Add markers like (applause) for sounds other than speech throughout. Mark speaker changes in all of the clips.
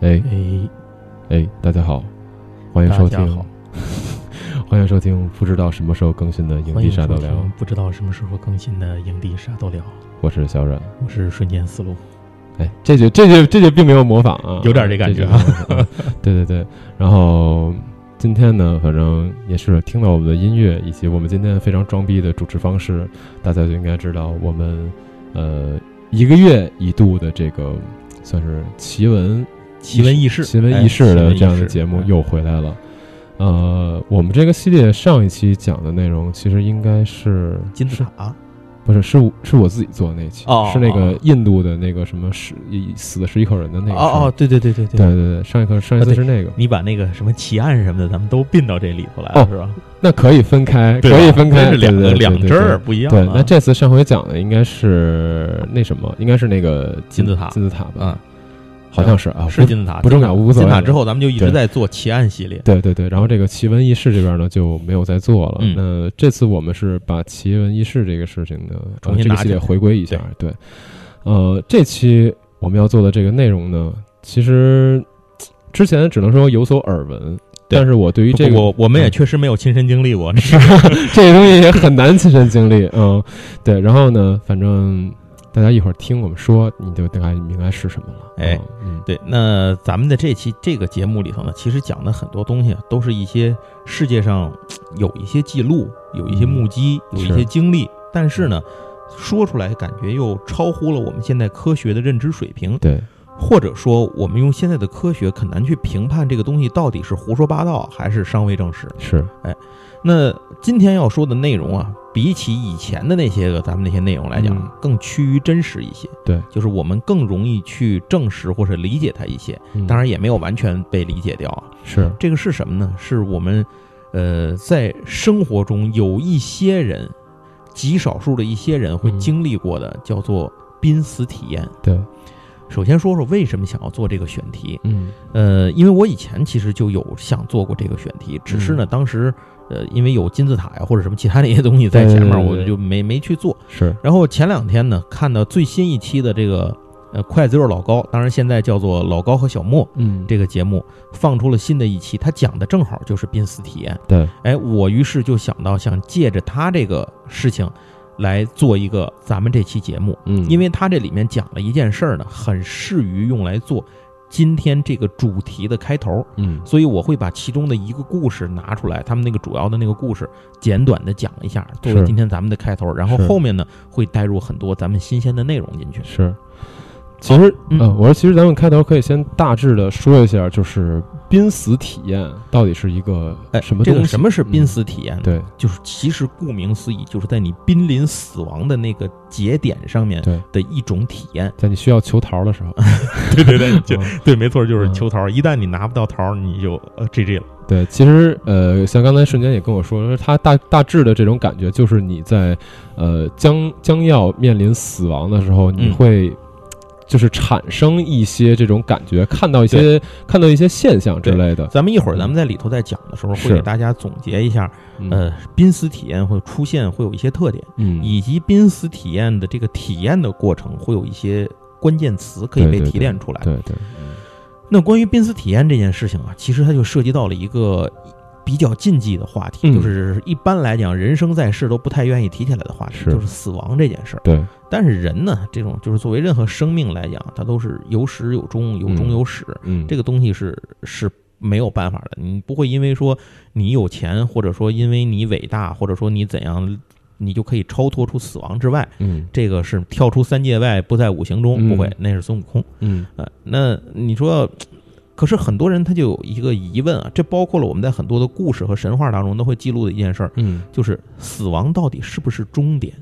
Speaker 1: 哎
Speaker 2: 哎大家好，欢迎收
Speaker 1: 大家
Speaker 2: 听 (laughs)
Speaker 1: 好，
Speaker 2: 欢迎收听不知道什么时候更新的《影
Speaker 1: 欢
Speaker 2: 帝
Speaker 1: 迎
Speaker 2: 沙
Speaker 1: 收
Speaker 2: 斗聊》，
Speaker 1: 听不知道什么时候更新的《营地沙斗聊》，
Speaker 2: 我是小冉。
Speaker 1: 我是瞬间思路。
Speaker 2: 哎，这句这句这句并没有模仿啊，
Speaker 1: 有点这感觉
Speaker 2: 这
Speaker 1: 啊
Speaker 2: 句没有模仿。 (laughs) 对对对，然后今天呢，反正也是听到我们的音乐以及我们今天非常装逼的主持方式，大家就应该知道我们呃一个月一度的这个算是奇闻
Speaker 1: 奇闻异事，
Speaker 2: 新闻
Speaker 1: 哎
Speaker 2: 议事的这样的
Speaker 1: 奇闻
Speaker 2: 节目
Speaker 1: 哎
Speaker 2: 又回来了。呃，我们这个系列上一期讲的内容，其实应该是
Speaker 1: 金字
Speaker 2: 是
Speaker 1: 塔
Speaker 2: 不是是我是我自己做的那期，
Speaker 1: 哦
Speaker 2: 是那个
Speaker 1: 哦
Speaker 2: 印度的那个什么十一死的十一口人的那个
Speaker 1: 哦哦，
Speaker 2: 事
Speaker 1: 对对对对
Speaker 2: 儿，对对对，上一课上一次
Speaker 1: 啊对
Speaker 2: 是那个，
Speaker 1: 你把那个什么奇案什么的，咱们都并到这里头来了，
Speaker 2: 哦
Speaker 1: 是吧？
Speaker 2: 那可以分开，
Speaker 1: 对吧
Speaker 2: 可以分开，
Speaker 1: 这是两
Speaker 2: 对对
Speaker 1: 个
Speaker 2: 对
Speaker 1: 两
Speaker 2: 对
Speaker 1: 支儿不一样
Speaker 2: 对，
Speaker 1: 啊。
Speaker 2: 那这次上回讲的应该是那什么，应该是那个
Speaker 1: 金字塔
Speaker 2: 金字塔吧，
Speaker 1: 啊，
Speaker 2: 好像是啊，
Speaker 1: 是金字塔，
Speaker 2: 不重要无所谓
Speaker 1: 金字塔之后，咱们就一
Speaker 2: 对
Speaker 1: 直在做奇案系列。
Speaker 2: 对对对，然后这个奇闻异事这边呢就没有再做了。
Speaker 1: 嗯
Speaker 2: 那这次我们是把奇闻异事这个事情呢，
Speaker 1: 重新
Speaker 2: 呃这个
Speaker 1: 拿
Speaker 2: 系列
Speaker 1: 起来
Speaker 2: 回归一下。对，呃，这期我们要做的这个内容呢，其实嘖之前只能说有所耳闻，
Speaker 1: 对
Speaker 2: 但是我对于这
Speaker 1: 不
Speaker 2: 个
Speaker 1: 我 (laughs) 我们也
Speaker 2: 嗯
Speaker 1: 确实没有亲身经历过，是
Speaker 2: (laughs) 这个东西也很难亲身经历。嗯，对。然后呢，反正大家一会儿听我们说，你就大概明白是什么了。
Speaker 1: 哎
Speaker 2: 嗯，
Speaker 1: 对，那咱们的这期这个节目里头呢，其实讲的很多东西啊都是一些世界上嘖有一些记录、有一些目击、
Speaker 2: 嗯
Speaker 1: 有
Speaker 2: 是
Speaker 1: 一些经历，但是呢，说出来感觉又超乎了我们现在科学的认知水平
Speaker 2: 嗯，，对，
Speaker 1: 或者说我们用现在的科学很难去评判这个东西到底是胡说八道还是尚未证实。
Speaker 2: 是，
Speaker 1: 那今天要说的内容啊，比起以前的那些个咱们那些内容来讲，
Speaker 2: 嗯
Speaker 1: 更趋于真实一些。
Speaker 2: 对，
Speaker 1: 就是我们更容易去证实或者理解它一些。
Speaker 2: 嗯
Speaker 1: 当然也没有完全被理解掉啊。
Speaker 2: 是，
Speaker 1: 这个是什么呢？是我们，呃，在生活中有一些人，极少数的一些人会
Speaker 2: 嗯
Speaker 1: 经历过的，叫做濒死体验。
Speaker 2: 对，
Speaker 1: 首先说说为什么想要做这个选题，
Speaker 2: 嗯
Speaker 1: 呃，因为我以前其实就有想做过这个选题，只
Speaker 2: 嗯
Speaker 1: 是呢，当时呃，因为有金字塔呀或者什么其他那些东西在前
Speaker 2: 对对
Speaker 1: 面，
Speaker 2: 对
Speaker 1: 我就没没去做。
Speaker 2: 是，
Speaker 1: 然后前两天呢，看到最新一期的这个呃快字肉老高，当然现在叫做老高和小莫，
Speaker 2: 嗯，
Speaker 1: 这个节目放出了新的一期，他讲的正好就是濒死体验。
Speaker 2: 对，
Speaker 1: 哎，我于是就想到想借着他这个事情来做一个咱们这期节目，
Speaker 2: 嗯，
Speaker 1: 因为他这里面讲了一件事儿呢，很适于用来做今天这个主题的开头，
Speaker 2: 嗯
Speaker 1: 所以我会把其中的一个故事拿出来，他们那个主要的那个故事简短的讲一下，作为
Speaker 2: 是
Speaker 1: 今天咱们的开头，然后
Speaker 2: 是
Speaker 1: 后面呢会带入很多咱们新鲜的内容进去。
Speaker 2: 是，其实，
Speaker 1: 嗯
Speaker 2: 呃，我说，其实咱们开头可以先大致的说一下，就是濒死体验到底是一个
Speaker 1: 哎，
Speaker 2: 什么
Speaker 1: 这
Speaker 2: 东
Speaker 1: 个
Speaker 2: 西？
Speaker 1: 什么是濒
Speaker 2: 嗯？
Speaker 1: 死体验呢？
Speaker 2: 对
Speaker 1: 就是其实顾名思义，就是在你濒临死亡的那个节点上面
Speaker 2: 对，
Speaker 1: 的一种体
Speaker 2: (laughs)
Speaker 1: 验。
Speaker 2: 在你需要求逃的时候，
Speaker 1: 对对对，
Speaker 2: 嗯
Speaker 1: 对，没错，哎 (laughs) 就是
Speaker 2: 嗯
Speaker 1: 求桃儿。一旦你拿不到桃儿，你就呃 GG 了。
Speaker 2: 对，其实呃，像刚才瞬间也跟我说，说他大大致的这种感觉就是你在呃将将要面临死亡的时候，你
Speaker 1: 嗯
Speaker 2: 会。就是产生一些这种感觉，看到一些看到一些现象之
Speaker 1: 对
Speaker 2: 类的，
Speaker 1: 咱们一会儿咱们在里头在讲的时候，
Speaker 2: 是
Speaker 1: 会给大家总结一下，
Speaker 2: 嗯
Speaker 1: 呃，濒死体验会出现会有一些特点，
Speaker 2: 嗯，
Speaker 1: 以及濒死体验的这个体验的过程会有一些关键词可以
Speaker 2: 对
Speaker 1: 被
Speaker 2: 对
Speaker 1: 提炼出来。
Speaker 2: 对对，
Speaker 1: 那关于濒死体验这件事情啊，其实它就涉及到了一个比较禁忌的话题，
Speaker 2: 嗯
Speaker 1: 就是一般来讲，人生在世都不太愿意提起来的话题，
Speaker 2: 是
Speaker 1: 就是死亡这件事儿。
Speaker 2: 对，
Speaker 1: 但是人呢，这种就是作为任何生命来讲，它都是有始有终，有终有始，
Speaker 2: 嗯，
Speaker 1: 这个东西是是没有办法的。你不会因为说你有钱，或者说因为你伟大，或者说你怎样，你就可以超脱出死亡之外。
Speaker 2: 嗯
Speaker 1: 这个是跳出三界外，不在五行中，
Speaker 2: 嗯
Speaker 1: 不会，那是孙悟空。
Speaker 2: 嗯
Speaker 1: 呃，那你说，可是很多人他就有一个疑问啊，这包括了我们在很多的故事和神话当中都会记录的一件事儿，
Speaker 2: 嗯，
Speaker 1: 就是死亡到底是不是终点？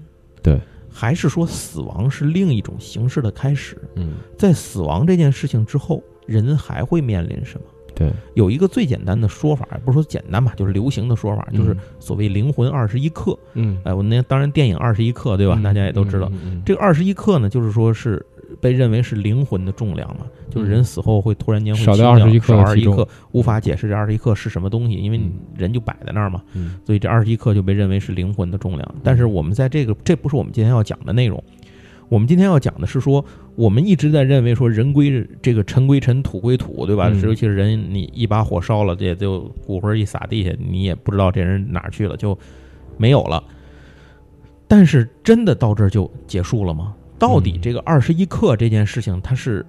Speaker 2: 对，
Speaker 1: 还是说死亡是另一种形式的开始？
Speaker 2: 嗯，
Speaker 1: 在死亡这件事情之后，人还会面临什么？
Speaker 2: 对，
Speaker 1: 有一个最简单的说法，不是说简单吧，就是流行的说法，就是
Speaker 2: 嗯
Speaker 1: 所谓灵魂二十一课。
Speaker 2: 嗯，
Speaker 1: 哎，我那当然电影二十一课，对吧？
Speaker 2: 嗯
Speaker 1: 大家也都知道。，
Speaker 2: 嗯
Speaker 1: 这个二十一克呢，就是说是被认为是灵魂的重量嘛，就是人死后会突然间会
Speaker 2: 嗯少掉
Speaker 1: 轻
Speaker 2: 21克
Speaker 1: 少
Speaker 2: 的
Speaker 1: 二十
Speaker 2: 体
Speaker 1: 一
Speaker 2: 重
Speaker 1: 克，无法解释这二十一克是什么东西，因为你
Speaker 2: 嗯
Speaker 1: 人就摆在那儿嘛，
Speaker 2: 嗯
Speaker 1: 所以这二十一克就被认为是灵魂的重量。但是我们在这个，这不是我们今天要讲的内容，我们今天要讲的是说我们一直在认为说人归这个尘归尘，土归土，对吧？
Speaker 2: 嗯
Speaker 1: 尤其是人，你一把火烧了，这就骨灰一撒地下，你也不知道这人哪儿去了，就没有了。但是真的到这儿就结束了吗？到底
Speaker 2: 嗯
Speaker 1: 这个二十一克这件事情，它是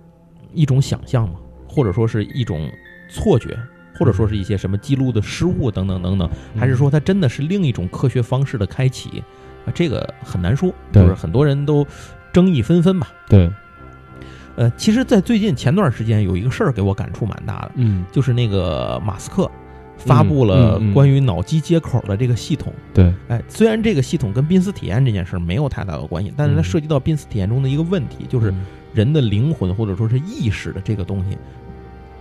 Speaker 1: 一种想象吗？或者说是一种错觉，或者说是一些什么记录的失误等等等等，
Speaker 2: 嗯
Speaker 1: 还是说它真的是另一种科学方式的开启？啊，这个很难说，
Speaker 2: 对
Speaker 1: 就是很多人都争议纷纷吧。
Speaker 2: 对，
Speaker 1: 呃，其实，在最近前段时间有一个事儿给我感触蛮大的，
Speaker 2: 嗯，
Speaker 1: 就是那个马斯克发布了
Speaker 2: 嗯嗯嗯
Speaker 1: 关于脑机接口的这个系统。
Speaker 2: 对，
Speaker 1: 哎，虽然这个系统跟濒死体验这件事儿没有太大的关系，但是它
Speaker 2: 嗯
Speaker 1: 涉及到濒死体验中的一个问题，就是
Speaker 2: 嗯
Speaker 1: 人的灵魂或者说是意识的这个东西，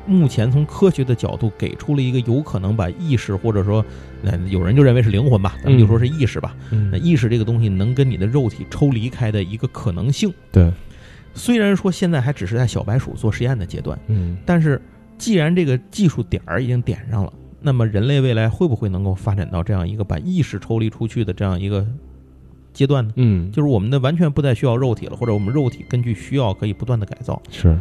Speaker 1: 目前从科学的角度给出了一个有可能把意识或者说，呃，有人就认为是灵魂吧，咱们就说是意识吧。那
Speaker 2: 嗯，
Speaker 1: 意识这个东西能跟你的肉体抽离开的一个可能性。
Speaker 2: 对，
Speaker 1: 虽然说现在还只是在小白鼠做实验的阶段，
Speaker 2: 嗯，
Speaker 1: 但是既然这个技术点儿已经点上了，那么人类未来会不会能够发展到这样一个把意识抽离出去的这样一个阶段呢？
Speaker 2: 嗯，
Speaker 1: 就是我们的完全不再需要肉体了，或者我们肉体根据需要可以不断的改造，
Speaker 2: 是，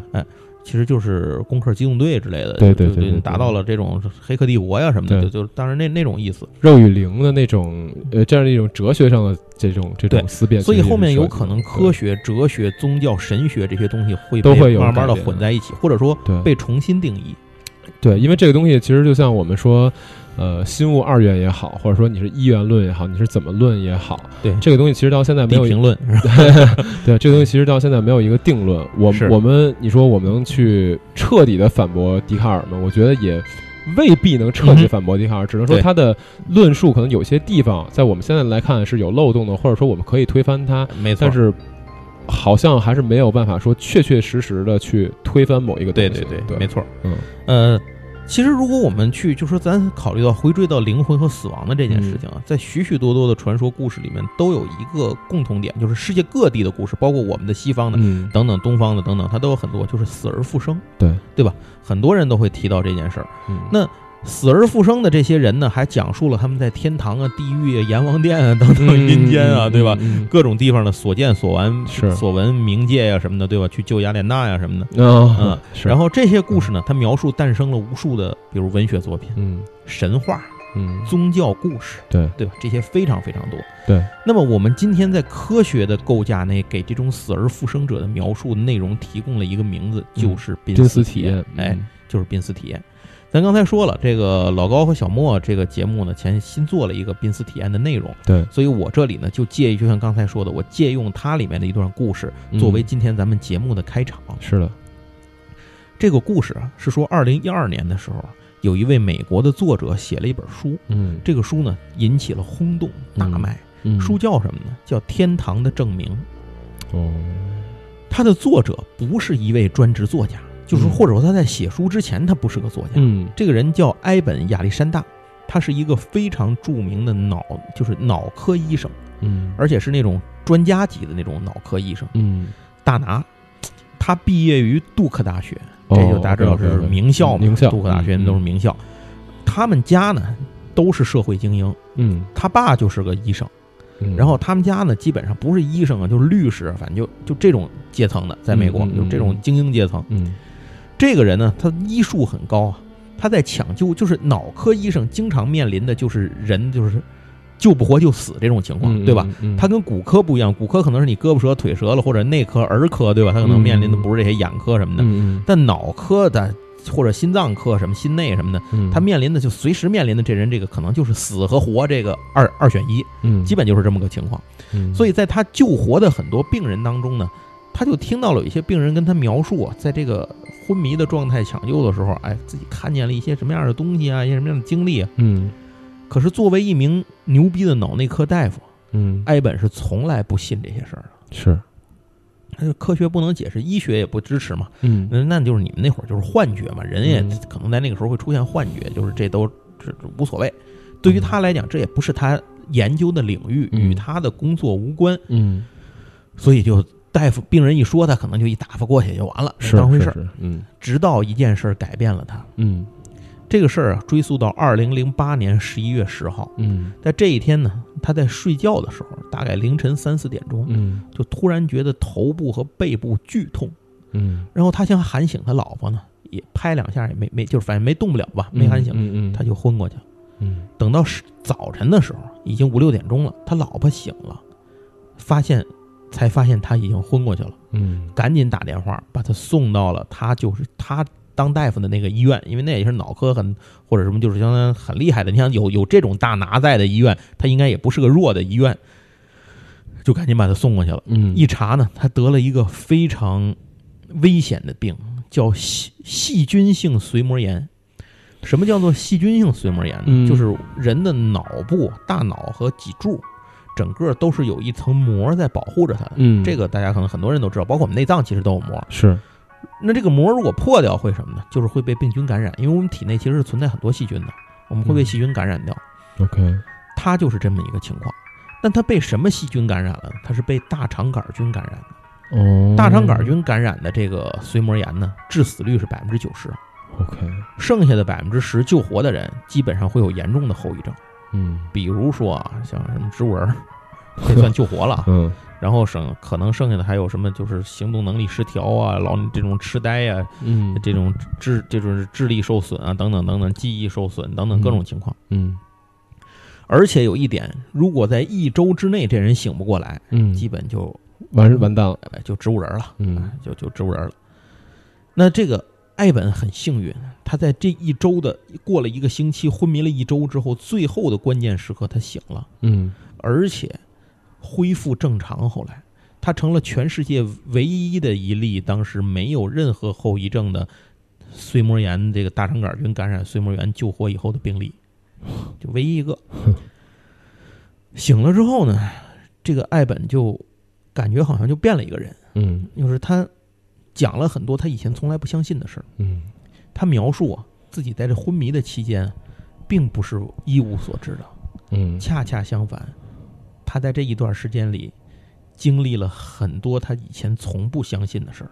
Speaker 1: 其实就是《攻克机动队》之类的，
Speaker 2: 对对
Speaker 1: 就
Speaker 2: 对对
Speaker 1: 就
Speaker 2: 对
Speaker 1: 达到了这种《黑客帝国》呀什么的，
Speaker 2: 对
Speaker 1: 就就当然那那种意思。
Speaker 2: 肉与灵的那种，呃，这样的一种哲学上的这种这种思辨，
Speaker 1: 所以后面有可能科
Speaker 2: 学
Speaker 1: 学、哲学、宗教、神学这些东西会被
Speaker 2: 都会有
Speaker 1: 慢慢的
Speaker 2: 改变
Speaker 1: 混在一起，或者说
Speaker 2: 对
Speaker 1: 被重新定义。
Speaker 2: 对，因为这个东西其实就像我们说，呃，新物二元也好，或者说你是一元论也好，你是怎么论也好，
Speaker 1: 对，
Speaker 2: 这个东西其实到现在没
Speaker 1: 地
Speaker 2: 有一
Speaker 1: 平论是吧？
Speaker 2: 对这个东西其实到现在没有一个定论。我
Speaker 1: 是
Speaker 2: 我们你说我们能去彻底的反驳笛卡尔吗？我觉得也。未必能彻
Speaker 1: 嗯
Speaker 2: 底
Speaker 1: 哼
Speaker 2: 反驳笛卡尔，只能说
Speaker 1: 对
Speaker 2: 他的论述可能有些地方，在我们现在来看是有漏洞的，或者说我们可以推翻它，
Speaker 1: 没错
Speaker 2: 但。是好像还是没有办法说确确实实的去推翻某一个东
Speaker 1: 对
Speaker 2: 西。
Speaker 1: 对对，
Speaker 2: 对，
Speaker 1: 没错。
Speaker 2: 嗯，
Speaker 1: 呃，其实如果我们去，就说咱考虑到回追到灵魂和死亡的这件事情
Speaker 2: 嗯
Speaker 1: 啊，在许许多多的传说故事里面都有一个共同点，就是世界各地的故事，包括我们的西方的、
Speaker 2: 嗯，
Speaker 1: 等等、东方的等等，它都有很多，就是死而复生，
Speaker 2: 对
Speaker 1: 对吧？很多人都会提到这件事儿。
Speaker 2: 嗯
Speaker 1: 那死而复生的这些人呢，还讲述了他们在天堂啊、地狱啊、阎王殿啊等等阴间啊，对吧？？
Speaker 2: 嗯
Speaker 1: 各种地方的所见所闻、
Speaker 2: 是
Speaker 1: 所闻、冥界呀、什么的，对吧？去救雅典娜呀、什么的，
Speaker 2: 嗯啊
Speaker 1: 嗯，
Speaker 2: 是，
Speaker 1: 然后这些故事呢，它描述诞生了无数的，比如文学作品、
Speaker 2: 嗯
Speaker 1: 神话、
Speaker 2: 嗯，
Speaker 1: 宗教故事，
Speaker 2: 对
Speaker 1: 对吧？这些非常非常多。
Speaker 2: 对。
Speaker 1: 那么我们今天在科学的构架内，给这种死而复生者的描述内容提供了一个名字，
Speaker 2: 嗯
Speaker 1: 就是濒
Speaker 2: 濒死
Speaker 1: 死体
Speaker 2: 体
Speaker 1: 验。
Speaker 2: 验，
Speaker 1: 哎
Speaker 2: 嗯，
Speaker 1: 就是濒死体验。咱刚才说了，这个老高和小莫这个节目呢，前新做了一个濒死体验的内容，
Speaker 2: 对，
Speaker 1: 所以我这里呢就借，就像刚才说的，我借用它里面的一段故事，
Speaker 2: 嗯
Speaker 1: 作为今天咱们节目的开场。
Speaker 2: 是的，
Speaker 1: 这个故事啊，是说二零一二年的时候啊，有一位美国的作者写了一本书，
Speaker 2: 嗯，
Speaker 1: 这个书呢引起了轰动大卖。
Speaker 2: 嗯
Speaker 1: 书叫什么呢？叫《天堂的证明》。
Speaker 2: 哦，
Speaker 1: 它的作者不是一位专职作家，就是
Speaker 2: 嗯
Speaker 1: 或者说他在写书之前他不是个作家。
Speaker 2: 嗯
Speaker 1: 这个人叫埃本亚历山大，他是一个非常著名的脑，就是脑科医生，
Speaker 2: 嗯
Speaker 1: 而且是那种专家级的那种脑科医生。
Speaker 2: 嗯，
Speaker 1: 大拿，他毕业于杜克大学，
Speaker 2: 哦
Speaker 1: 这就大家知道是
Speaker 2: OK，OK，
Speaker 1: 名校嘛，
Speaker 2: 名校
Speaker 1: 杜克大学
Speaker 2: 嗯
Speaker 1: 都是名校。他们家呢都是社会精英，
Speaker 2: 嗯，
Speaker 1: 他爸就是个医生，
Speaker 2: 嗯
Speaker 1: 然后他们家呢基本上不是医生啊，就是律师，反正就就这种阶层的，在美国
Speaker 2: 嗯嗯
Speaker 1: 就这种
Speaker 2: 嗯
Speaker 1: 精英阶层。
Speaker 2: 嗯
Speaker 1: 这个人呢，他医术很高啊，他在抢救，就是脑科医生经常面临的就是人就是救不活就死这种情况，
Speaker 2: 嗯
Speaker 1: 对吧？？
Speaker 2: 嗯
Speaker 1: 它跟骨科不一样，骨科可能是你胳膊折、腿折了，或者内科、儿科，对吧？它可能面临的不是这些眼科什么的，
Speaker 2: 嗯嗯
Speaker 1: 但脑科的或者心脏科什么、心内什么的，
Speaker 2: 嗯，
Speaker 1: 它面临的就随时面临的这人这个可能就是死和活这个二二选一，
Speaker 2: 嗯
Speaker 1: 基本就是这么个情况。
Speaker 2: 嗯
Speaker 1: 所以在他救活的很多病人当中呢，他就听到了有一些病人跟他描述啊，在这个昏迷的状态抢救的时候，哎，自己看见了一些什么样的东西啊，一些什么样的经历啊。
Speaker 2: 嗯
Speaker 1: 可是作为一名牛逼的脑内科大夫，
Speaker 2: 嗯
Speaker 1: 埃本是从来不信这些事儿的。
Speaker 2: 是
Speaker 1: 他是科学不能解释，医学也不支持嘛，
Speaker 2: 嗯
Speaker 1: 那那就是你们那会儿就是幻觉嘛，人也
Speaker 2: 嗯
Speaker 1: 可能在那个时候会出现幻觉，就是这都这这无所谓。对于他来讲，这也不是他研究的领域，
Speaker 2: 嗯
Speaker 1: 与他的工作无关，
Speaker 2: 嗯
Speaker 1: 所以就大夫病人一说，他可能就一打发过去就完了，没
Speaker 2: 是
Speaker 1: 当回
Speaker 2: 是
Speaker 1: 事儿。
Speaker 2: 是嗯
Speaker 1: 直到一件事儿改变了他，
Speaker 2: 嗯
Speaker 1: 这个事儿啊，追溯到二零零八年十一月十号，
Speaker 2: 嗯
Speaker 1: 在这一天呢，他在睡觉的时候，大概凌晨三四点钟，
Speaker 2: 嗯
Speaker 1: 就突然觉得头部和背部剧痛，
Speaker 2: 嗯，
Speaker 1: 然后他想喊醒他老婆呢，也拍两下也没没，就是反正没动不了吧，没喊醒，
Speaker 2: 嗯嗯，
Speaker 1: 他就昏过去了。
Speaker 2: 嗯
Speaker 1: 等到是早晨的时候，已经五六点钟了，他老婆醒了，发现才发现他已经昏过去了，
Speaker 2: 嗯
Speaker 1: 赶紧打电话把他送到了他就是他当大夫的那个医院，因为那也是脑科很或者什么，就是相当于很厉害的。你想有有这种大拿在的医院，他应该也不是个弱的医院，就赶紧把他送过去了。
Speaker 2: 嗯
Speaker 1: 一查呢，他得了一个非常危险的病，叫细细菌性髓膜炎。什么叫做细菌性髓膜炎呢？
Speaker 2: 嗯
Speaker 1: 就是人的脑部、大脑和脊柱，整个都是有一层膜在保护着它的。
Speaker 2: 嗯，
Speaker 1: 这个大家可能很多人都知道，包括我们内脏其实都有膜。
Speaker 2: 是
Speaker 1: 那这个膜如果破掉会什么呢？就是会被病菌感染，因为我们体内其实是存在很多细菌的，我们会被
Speaker 2: 嗯
Speaker 1: 细菌感染掉。
Speaker 2: OK，
Speaker 1: 他就是这么一个情况。但他被什么细菌感染了呢？他是被大肠杆菌感染的。
Speaker 2: 哦，
Speaker 1: 大肠杆菌感染的这个髓膜炎呢，致死率是百分之九十，
Speaker 2: OK，
Speaker 1: 剩下的百分之十救活的人，基本上会有严重的后遗症，
Speaker 2: 嗯
Speaker 1: 比如说啊，像什么植物人儿， (laughs) 这算救活了啊。
Speaker 2: 嗯
Speaker 1: 然后剩可能剩下的还有什么，就是行动能力失调啊，老这种痴呆呀、
Speaker 2: 嗯
Speaker 1: 这种智这种智力受损啊，等等等等，记忆受损等等各种情况。
Speaker 2: 嗯
Speaker 1: 而且有一点，如果在一周之内这人醒不过来，
Speaker 2: 嗯，
Speaker 1: 基本就
Speaker 2: 完完蛋了，
Speaker 1: 呃就植物人了。
Speaker 2: 嗯
Speaker 1: 哎，就就植物人了。那这个艾本很幸运，他在这一周的过了一个星期，昏迷了一周之后，最后的关键时刻他醒了，
Speaker 2: 嗯
Speaker 1: 而且恢复正常。后来，他成了全世界唯一的一例当时没有任何后遗症的髓膜炎这个大肠杆菌感染髓膜炎救活以后的病例，就唯一一个。醒了之后呢，这个艾本就感觉好像就变了一个人。
Speaker 2: 嗯
Speaker 1: 就是他讲了很多他以前从来不相信的事儿。
Speaker 2: 嗯
Speaker 1: 他描述啊，自己在这昏迷的期间，并不是一无所知的，
Speaker 2: 嗯
Speaker 1: 恰恰相反，他在这一段时间里经历了很多他以前从不相信的事儿。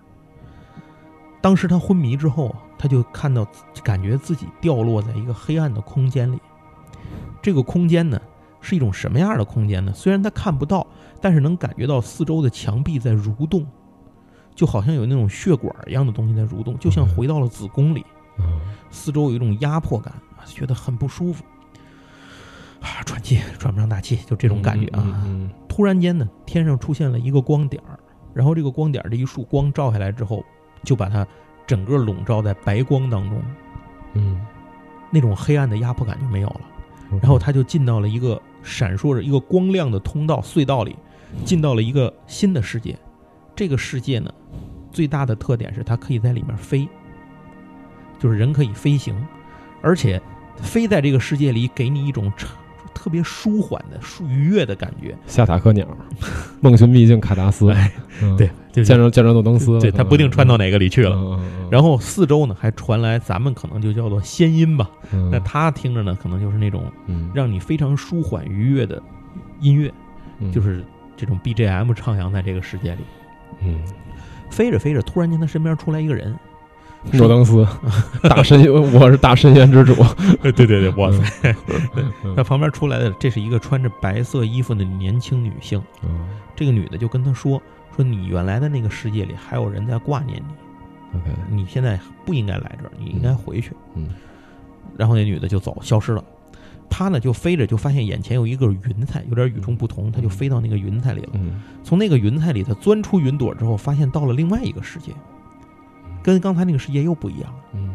Speaker 1: 当时他昏迷之后啊，他就看到自，感觉自己掉落在一个黑暗的空间里。这个空间呢，是一种什么样的空间呢？虽然他看不到，但是能感觉到四周的墙壁在蠕动，就好像有那种血管一样的东西在蠕动，就像回到了子宫里。
Speaker 2: 嗯
Speaker 1: 四周有一种压迫感，啊觉得很不舒服，啊，喘气喘不上大气，就这
Speaker 2: 这
Speaker 1: 种感觉啊。
Speaker 2: 嗯
Speaker 1: 突然间呢，天上出现了一个光点儿，然后这个光点儿这一束光照下来之后，就把它整个笼罩在白光当中，
Speaker 2: 嗯，
Speaker 1: 那种黑暗的压迫感就没有了。然后他就进到了一个闪烁着一个光亮的通道隧道里，进到了一个新的世界。这个世界呢，最大的特点是它可以在里面飞，就是人可以飞行，而且飞在这个世界里给你一种彻特别舒缓的、舒愉悦的感觉。
Speaker 2: 夏塔克鸟， (laughs) 梦寻秘境卡达斯，
Speaker 1: 哎
Speaker 2: 嗯
Speaker 1: 对，，就
Speaker 2: 见着见着诺登斯，嗯
Speaker 1: 对他不定穿到哪个里去了。
Speaker 2: 了，
Speaker 1: 然后四周呢还传来咱们可能就叫做仙音吧，
Speaker 2: 后
Speaker 1: 那他听着呢可能就是那种
Speaker 2: 嗯
Speaker 1: 让你非常舒缓愉悦的音乐。就是是这种 BGM 徜徉在这个世界里。
Speaker 2: 嗯
Speaker 1: 飞着飞着，突然间他身边出来一个人，
Speaker 2: 诺登斯，大深我是大深渊之主，
Speaker 1: (laughs) 对对对，哇塞！
Speaker 2: 嗯
Speaker 1: 嗯 (laughs) 那旁边出来的这是一个穿着白色衣服的年轻女性，这个女的就跟他说：“说你原来的那个世界里还有人在挂念你，
Speaker 2: OK，
Speaker 1: 你现在不应该来这儿，你应该回去。”
Speaker 2: 嗯，
Speaker 1: 然后那女的就走，消失了。他呢就飞着，就发现眼前有一个云彩，有点与众不同，他就飞到那个云彩里了。
Speaker 2: 嗯
Speaker 1: 从那个云彩里，他钻出云朵之后，发现到了另外一个世界，跟刚才那个世界又不一样了。
Speaker 2: 嗯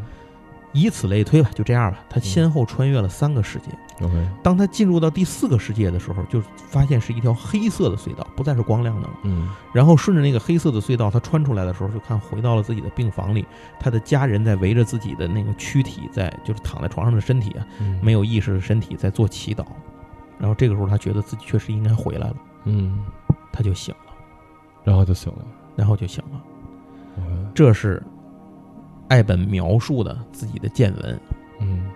Speaker 1: 以此类推吧，就这样吧。
Speaker 2: 嗯
Speaker 1: 他先后穿越了三个世界。
Speaker 2: OK，
Speaker 1: 当他进入到第四个世界的时候，就发现是一条黑色的隧道，不再是光亮的了。
Speaker 2: 嗯
Speaker 1: 然后顺着那个黑色的隧道，他穿出来的时候，就看回到了自己的病房里，他的家人在围着自己的那个躯体在，就是躺在床上的身体啊，没
Speaker 2: 有，
Speaker 1: 有意识的身体在做祈祷。然后这个时候，他觉得自己确实应该回来了，
Speaker 2: 嗯，
Speaker 1: 他就醒了，
Speaker 2: 然后就醒了
Speaker 1: 然后就醒了。
Speaker 2: ，OK，
Speaker 1: 这是艾本描述的自己的见闻。
Speaker 2: 嗯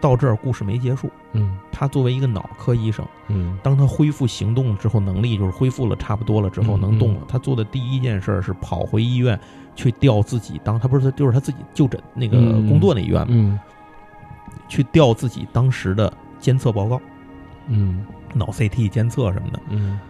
Speaker 1: 到这儿，故事没结束。
Speaker 2: 嗯
Speaker 1: 他作为一个脑科医生，
Speaker 2: 嗯
Speaker 1: 当他恢复行动之后，能力就是恢复了差不多了之后
Speaker 2: 嗯
Speaker 1: 能动了
Speaker 2: 嗯，
Speaker 1: 他做的第一件事儿是跑回医院去调自己当他不是他就是他自己就诊那个
Speaker 2: 嗯
Speaker 1: 工作那医院嘛，
Speaker 2: 嗯
Speaker 1: 去调自己当时的监测报告，
Speaker 2: 嗯
Speaker 1: 脑 CT 监测什么的，
Speaker 2: 嗯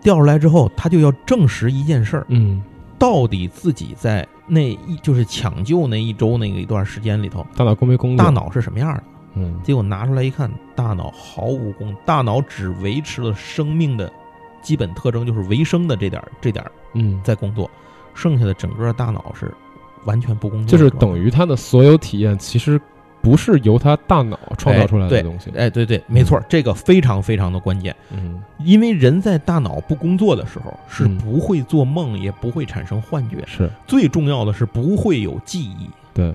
Speaker 1: 调出来之后，他就要证实一件事儿：
Speaker 2: 嗯，
Speaker 1: 到底自己在那一就是抢救那一周那个一段时间里头，
Speaker 2: 大脑工没工作？
Speaker 1: 大脑是什么样的？
Speaker 2: 嗯
Speaker 1: 结果拿出来一看，大脑毫无功，大脑只维持了生命的基本特征，就是维生的这点儿这点儿
Speaker 2: 嗯，
Speaker 1: 在工作，剩下的整个大脑是完全不工作
Speaker 2: 就
Speaker 1: 的状
Speaker 2: 是
Speaker 1: 态，
Speaker 2: 等于他的所有体验其实不是由他大脑创造出来的
Speaker 1: 哎
Speaker 2: 东西。
Speaker 1: 哎，对对，没错，这个非常非常的关键，
Speaker 2: 嗯，
Speaker 1: 因为人在大脑不工作的时候是
Speaker 2: 嗯
Speaker 1: 不会做梦，也不会产生幻觉，
Speaker 2: 是
Speaker 1: 最重要的是不会有记忆。
Speaker 2: 对，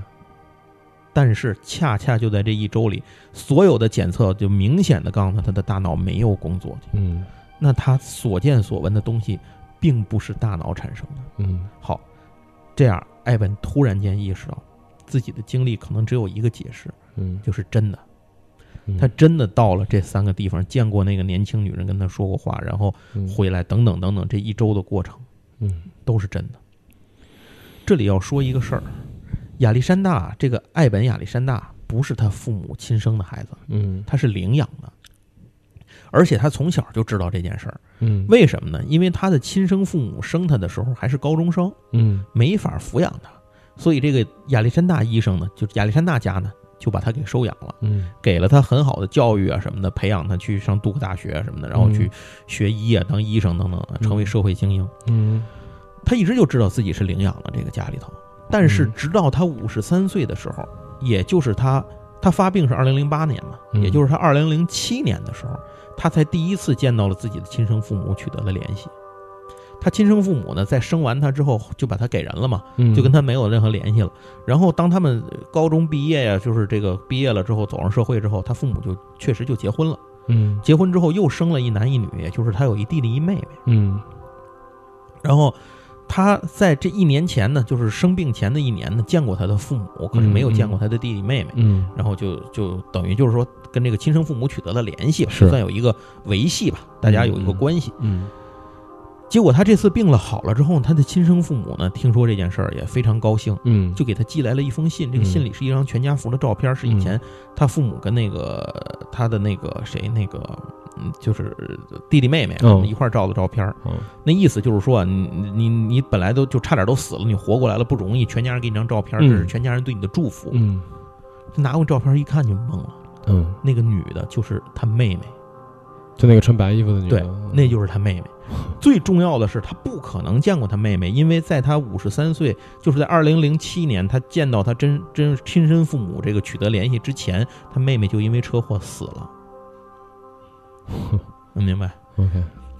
Speaker 1: 但是恰恰就在这一周里，所有的检测就明显的告诉他，他的大脑没有工作，
Speaker 2: 嗯
Speaker 1: 那他所见所闻的东西，并不是大脑产生的。
Speaker 2: 嗯
Speaker 1: 好，这样艾文突然间意识到，自己的经历可能只有一个解释，
Speaker 2: 嗯，
Speaker 1: 就是真的，
Speaker 2: 嗯
Speaker 1: 他真的到了这三个地方，见过那个年轻女人，跟他说过话，然后
Speaker 2: 嗯
Speaker 1: 回来等等等等，这一周的过程
Speaker 2: 嗯
Speaker 1: 都是真的。这里要说一个事儿，亚历山大这个艾本亚历山大不是他父母亲生的孩子，
Speaker 2: 嗯
Speaker 1: 他是领养的，而且他从小就知道这件事儿。
Speaker 2: 嗯
Speaker 1: 为什么呢？因为他的亲生父母生他的时候还是高中生，
Speaker 2: 嗯
Speaker 1: 没法抚养他，所以这个亚历山大医生呢，就是亚历山大家呢，就把他给收养了，
Speaker 2: 嗯
Speaker 1: 给了他很好的教育啊什么的，培养他去上杜克大学啊什么的，然后去
Speaker 2: 嗯
Speaker 1: 学医啊，当医生等等啊，成为社会精英。
Speaker 2: 嗯
Speaker 1: 他一直就知道自己是领养的这个家里头，但是
Speaker 2: 嗯
Speaker 1: 直到他五十三岁的时候，也就是他他发病是二零零八年嘛，
Speaker 2: 嗯
Speaker 1: 也就是他二零零七年的时候，他才第一次见到了自己的亲生父母，取得了联系。他亲生父母呢，在生完他之后就把他给人了嘛，
Speaker 2: 嗯，
Speaker 1: 就跟他没有任何联系了。然后当他们高中毕业呀、就是这个毕业了之后走上社会之后，他父母就确实就结婚了。
Speaker 2: 嗯
Speaker 1: 结婚之后又生了一男一女，也就是他有一弟弟一妹妹。
Speaker 2: 嗯
Speaker 1: 然后他在这一年前呢，就是生病前的一年呢，见过他的父母，可是没有见过他的弟弟妹妹。
Speaker 2: 嗯
Speaker 1: 然后就就等于就是说，跟这个亲生父母取得了联系吧，
Speaker 2: 是
Speaker 1: 算有一个维系吧，大家有一个关系。
Speaker 2: 嗯
Speaker 1: 结果他这次病了好了之后，他的亲生父母呢，听说这件事儿也非常高兴，
Speaker 2: 嗯，
Speaker 1: 就给他寄来了一封信。这个信里是一张全家福的照片，是
Speaker 2: 嗯
Speaker 1: 以前他父母跟那个他的那个谁那个，嗯，就是弟弟妹妹
Speaker 2: 哦
Speaker 1: 一块儿照的照片。
Speaker 2: 哦
Speaker 1: 那意思就是说啊，你你你本来都就差点都死了，你活过来了不容易，全家人给你张照片，
Speaker 2: 嗯
Speaker 1: 这是全家人对你的祝福。
Speaker 2: 嗯
Speaker 1: 拿过照片一看就懵了，
Speaker 2: 嗯，
Speaker 1: 那个女的就是他妹妹，
Speaker 2: 就那个穿白衣服的女的，
Speaker 1: 对，那就是他妹妹。最重要的是，他不可能见过他妹妹，因为在他五十三岁，就是在二零零七年，他见到他真真亲生父母这个取得联系之前，他妹妹就因为车祸死了。能明白？
Speaker 2: OK，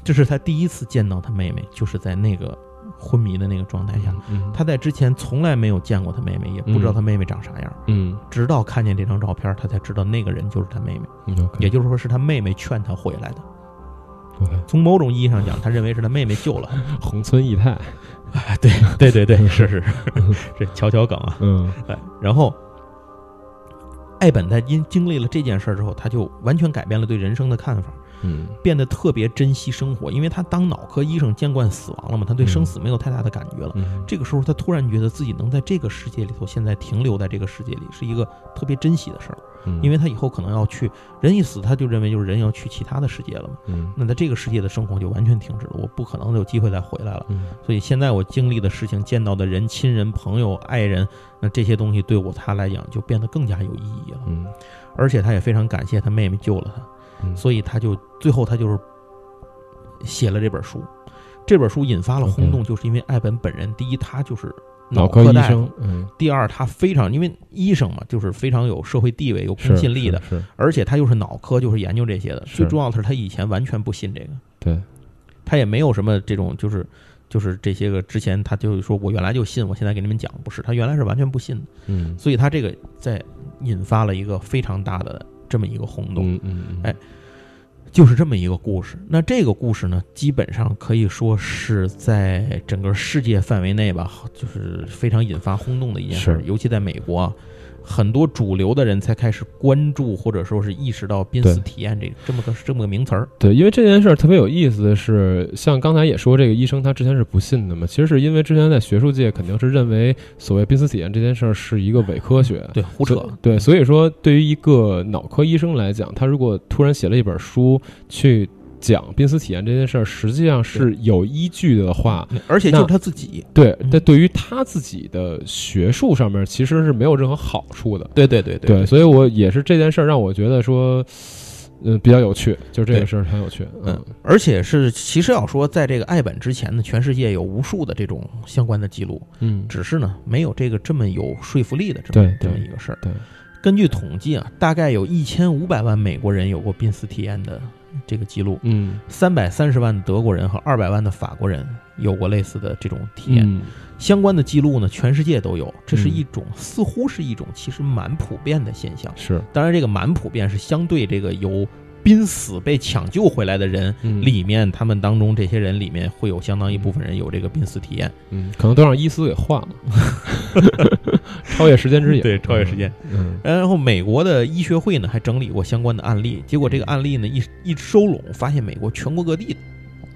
Speaker 1: 这是他第一次见到他妹妹，就是在那个昏迷的那个状态下。
Speaker 2: 嗯，
Speaker 1: 他在之前从来没有见过他妹妹，也不知道他妹妹长啥样，
Speaker 2: 嗯
Speaker 1: 直到看见这张照片，他才知道那个人就是他妹妹，
Speaker 2: 嗯 OK，
Speaker 1: 也就是说是他妹妹劝他回来的。
Speaker 2: OK，
Speaker 1: 从某种意义上讲，他认为是他妹妹救了他。
Speaker 2: 红村义太，
Speaker 1: 哎，对对对对，是是是，这巧巧梗啊。
Speaker 2: 嗯
Speaker 1: 哎，然后艾本在因经历了这件事儿之后，他就完全改变了对人生的看法，
Speaker 2: 嗯
Speaker 1: 变得特别珍惜生活，因为他当脑科医生见惯死亡了嘛，他对生死没有太大的感觉了。
Speaker 2: 嗯，
Speaker 1: 这个时候，他突然觉得自己能在这个世界里头，现在停留在这个世界里，是一个特别珍惜的事儿。
Speaker 2: 嗯
Speaker 1: 因为他以后可能要去，人一死，他就认为就是人要去其他的世界了嘛。
Speaker 2: 嗯
Speaker 1: 那在这个世界的生活就完全停止了，我不可能有机会再回来了。
Speaker 2: 嗯
Speaker 1: 所以现在我经历的事情、见到的人、亲人、朋友、爱人，那这些东西对我他来讲就变得更加有意义了。
Speaker 2: 嗯
Speaker 1: 而且他也非常感谢他妹妹救了他，
Speaker 2: 嗯，
Speaker 1: 所以他就最后他就是写了这本书。这本书引发了轰动，就是因为艾本本人，第一，他就是脑
Speaker 2: 科
Speaker 1: 科
Speaker 2: 医
Speaker 1: 大夫
Speaker 2: 生，嗯，
Speaker 1: 第二，他非常因为医生嘛，就是非常有社会地位、有公信力的，
Speaker 2: 是
Speaker 1: 而且他又是脑科，就是研究这些的。
Speaker 2: 是
Speaker 1: 最重要的是，他以前完全不信这个，
Speaker 2: 对，
Speaker 1: 他也没有什么这种就是就是这些个之前他就是说我原来就信，我现在给你们讲不是，他原来是完全不信的，
Speaker 2: 嗯
Speaker 1: 所以他这个在引发了一个非常大的这么一个轰动，
Speaker 2: 嗯嗯，，
Speaker 1: 哎就是这么一个故事。那这个故事呢，基本上可以说是在整个世界范围内吧，就是非常引发轰动的一件事儿
Speaker 2: 是，
Speaker 1: 尤其在美国啊。很多主流的人才开始关注或者说是意识到濒死
Speaker 2: 对
Speaker 1: 体验这这么个这么个名词儿。
Speaker 2: 对，因为这件事儿特别有意思的是，像刚才也说，这个医生他之前是不信的嘛，其实是因为之前在学术界肯定是认为所谓濒死体验这件事儿是一个伪科学，
Speaker 1: 对，胡
Speaker 2: 所
Speaker 1: 扯
Speaker 2: 以。对，所以说对于一个脑科医生来讲，他如果突然写了一本书去讲濒死体验这件事儿，实际上是有依据的话，
Speaker 1: 而且就是
Speaker 2: 那
Speaker 1: 他自己，
Speaker 2: 对
Speaker 1: 嗯，
Speaker 2: 但对于他自己的学术上面其实是没有任何好处的。
Speaker 1: 对对对
Speaker 2: 对，所以我也是这件事儿让我觉得说，嗯，比较有趣，就是这
Speaker 1: 对
Speaker 2: 个事儿很有趣，嗯
Speaker 1: 嗯，而且是其实要说，在这个爱本之前呢，全世界有无数的这种相关的记录，
Speaker 2: 嗯，
Speaker 1: 只是呢没有这个这么有说服力的这么
Speaker 2: 对
Speaker 1: 这么
Speaker 2: 对
Speaker 1: 一个事儿。
Speaker 2: 对。
Speaker 1: 根据统计啊，大概有一千五百万美国人有过濒死体验的这个记录，
Speaker 2: 嗯，
Speaker 1: 三百三十万的德国人和二百万的法国人有过类似的这种体验。
Speaker 2: 嗯
Speaker 1: 相关的记录呢，全世界都有，这是
Speaker 2: 嗯
Speaker 1: 一种、似乎是一种其实蛮普遍的现象。
Speaker 2: 是
Speaker 1: 当然，这个蛮普遍是相对这个由濒死被抢救回来的人
Speaker 2: 嗯
Speaker 1: 里面，他们当中这些人里面会有相当一部分人有这个濒死体验。
Speaker 2: 嗯，可能都让伊斯给换了， (laughs) 超越时间之眼，
Speaker 1: 对超越时间
Speaker 2: 嗯，
Speaker 1: 然后，美国的医学会呢还整理过相关的案例，结果这个案例呢一一收拢，发现美国全国各地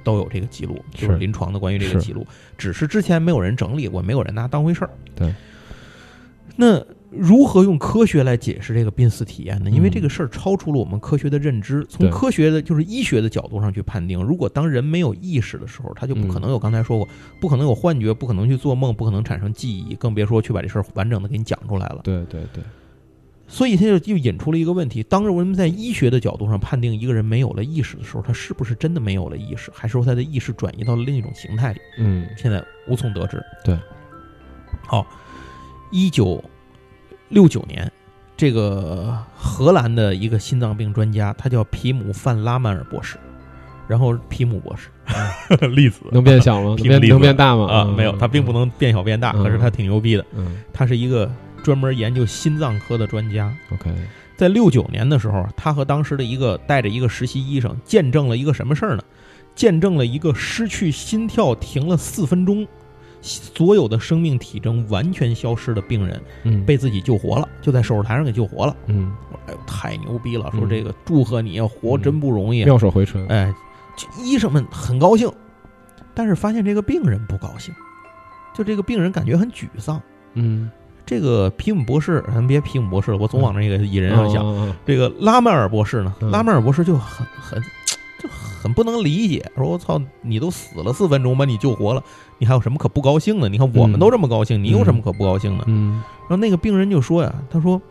Speaker 1: 都有这个记录，就是
Speaker 2: 是
Speaker 1: 临床的关于这个
Speaker 2: 是
Speaker 1: 记录，只是之前没有人整理过，没有人拿当回事儿。
Speaker 2: 对，
Speaker 1: 那如何用科学来解释这个濒死体验呢？因为
Speaker 2: 嗯
Speaker 1: 这个事儿超出了我们科学的认知，从
Speaker 2: 对
Speaker 1: 科学的就是医学的角度上去判定，如果当人没有意识的时候，他就不可能有刚才说过，不可能有幻觉，不可能去做梦，不可能产生记忆，更别说去把这事儿完整的给你讲出来了。
Speaker 2: 对对对，
Speaker 1: 所以他就就引出了一个问题：当我们在医学的角度上判定一个人没有了意识的时候，他是不是真的没有了意识，还是说他的意识转移到了另一种形态里？
Speaker 2: 嗯
Speaker 1: 现在无从得知。
Speaker 2: 对，
Speaker 1: 好，一九六九年，这个荷兰的一个心脏病专家，他叫皮姆·范拉曼尔博士，然后皮姆博士，
Speaker 2: 嗯
Speaker 1: (laughs) 例子
Speaker 2: 能变小吗？能
Speaker 1: 平
Speaker 2: 变
Speaker 1: 例子
Speaker 2: 能变大吗？
Speaker 1: 啊，没有，他并不
Speaker 2: 能，
Speaker 1: 能变小变大，
Speaker 2: 嗯
Speaker 1: 可是他挺牛逼的，
Speaker 2: 嗯
Speaker 1: 他是一个专门研究心脏科的专家。
Speaker 2: ，OK，
Speaker 1: 在六九年的时候，啊他和当时的一个带着一个实习医生，见证了一个什么事儿呢？见证了一个失去心跳停了四分钟，所有的生命体征完全消失的病人
Speaker 2: 嗯，
Speaker 1: 被自己救活了，就在手术台上给救活了。
Speaker 2: 嗯
Speaker 1: 哎呦，太牛逼了！
Speaker 2: 嗯
Speaker 1: 说这个祝贺你，啊活真不容易。
Speaker 2: 妙手回春，
Speaker 1: 哎，这医生们很高兴，但是发现这个病人不高兴，就这个病人感觉很沮丧。
Speaker 2: 嗯，
Speaker 1: 这个皮姆博士，咱别皮姆博士了，我总往那个蚁
Speaker 2: 嗯
Speaker 1: 人上想。
Speaker 2: 想，
Speaker 1: 这个拉曼尔博士呢，
Speaker 2: 嗯
Speaker 1: 拉曼尔博士就很很就很不能理解，说我操，你都死了四分钟把你救活了，你还有什么可不高兴的？你看我们
Speaker 2: 嗯
Speaker 1: 都这么高兴，你有什么可不高兴的？
Speaker 2: 嗯
Speaker 1: 然后那个病人就说呀，他说，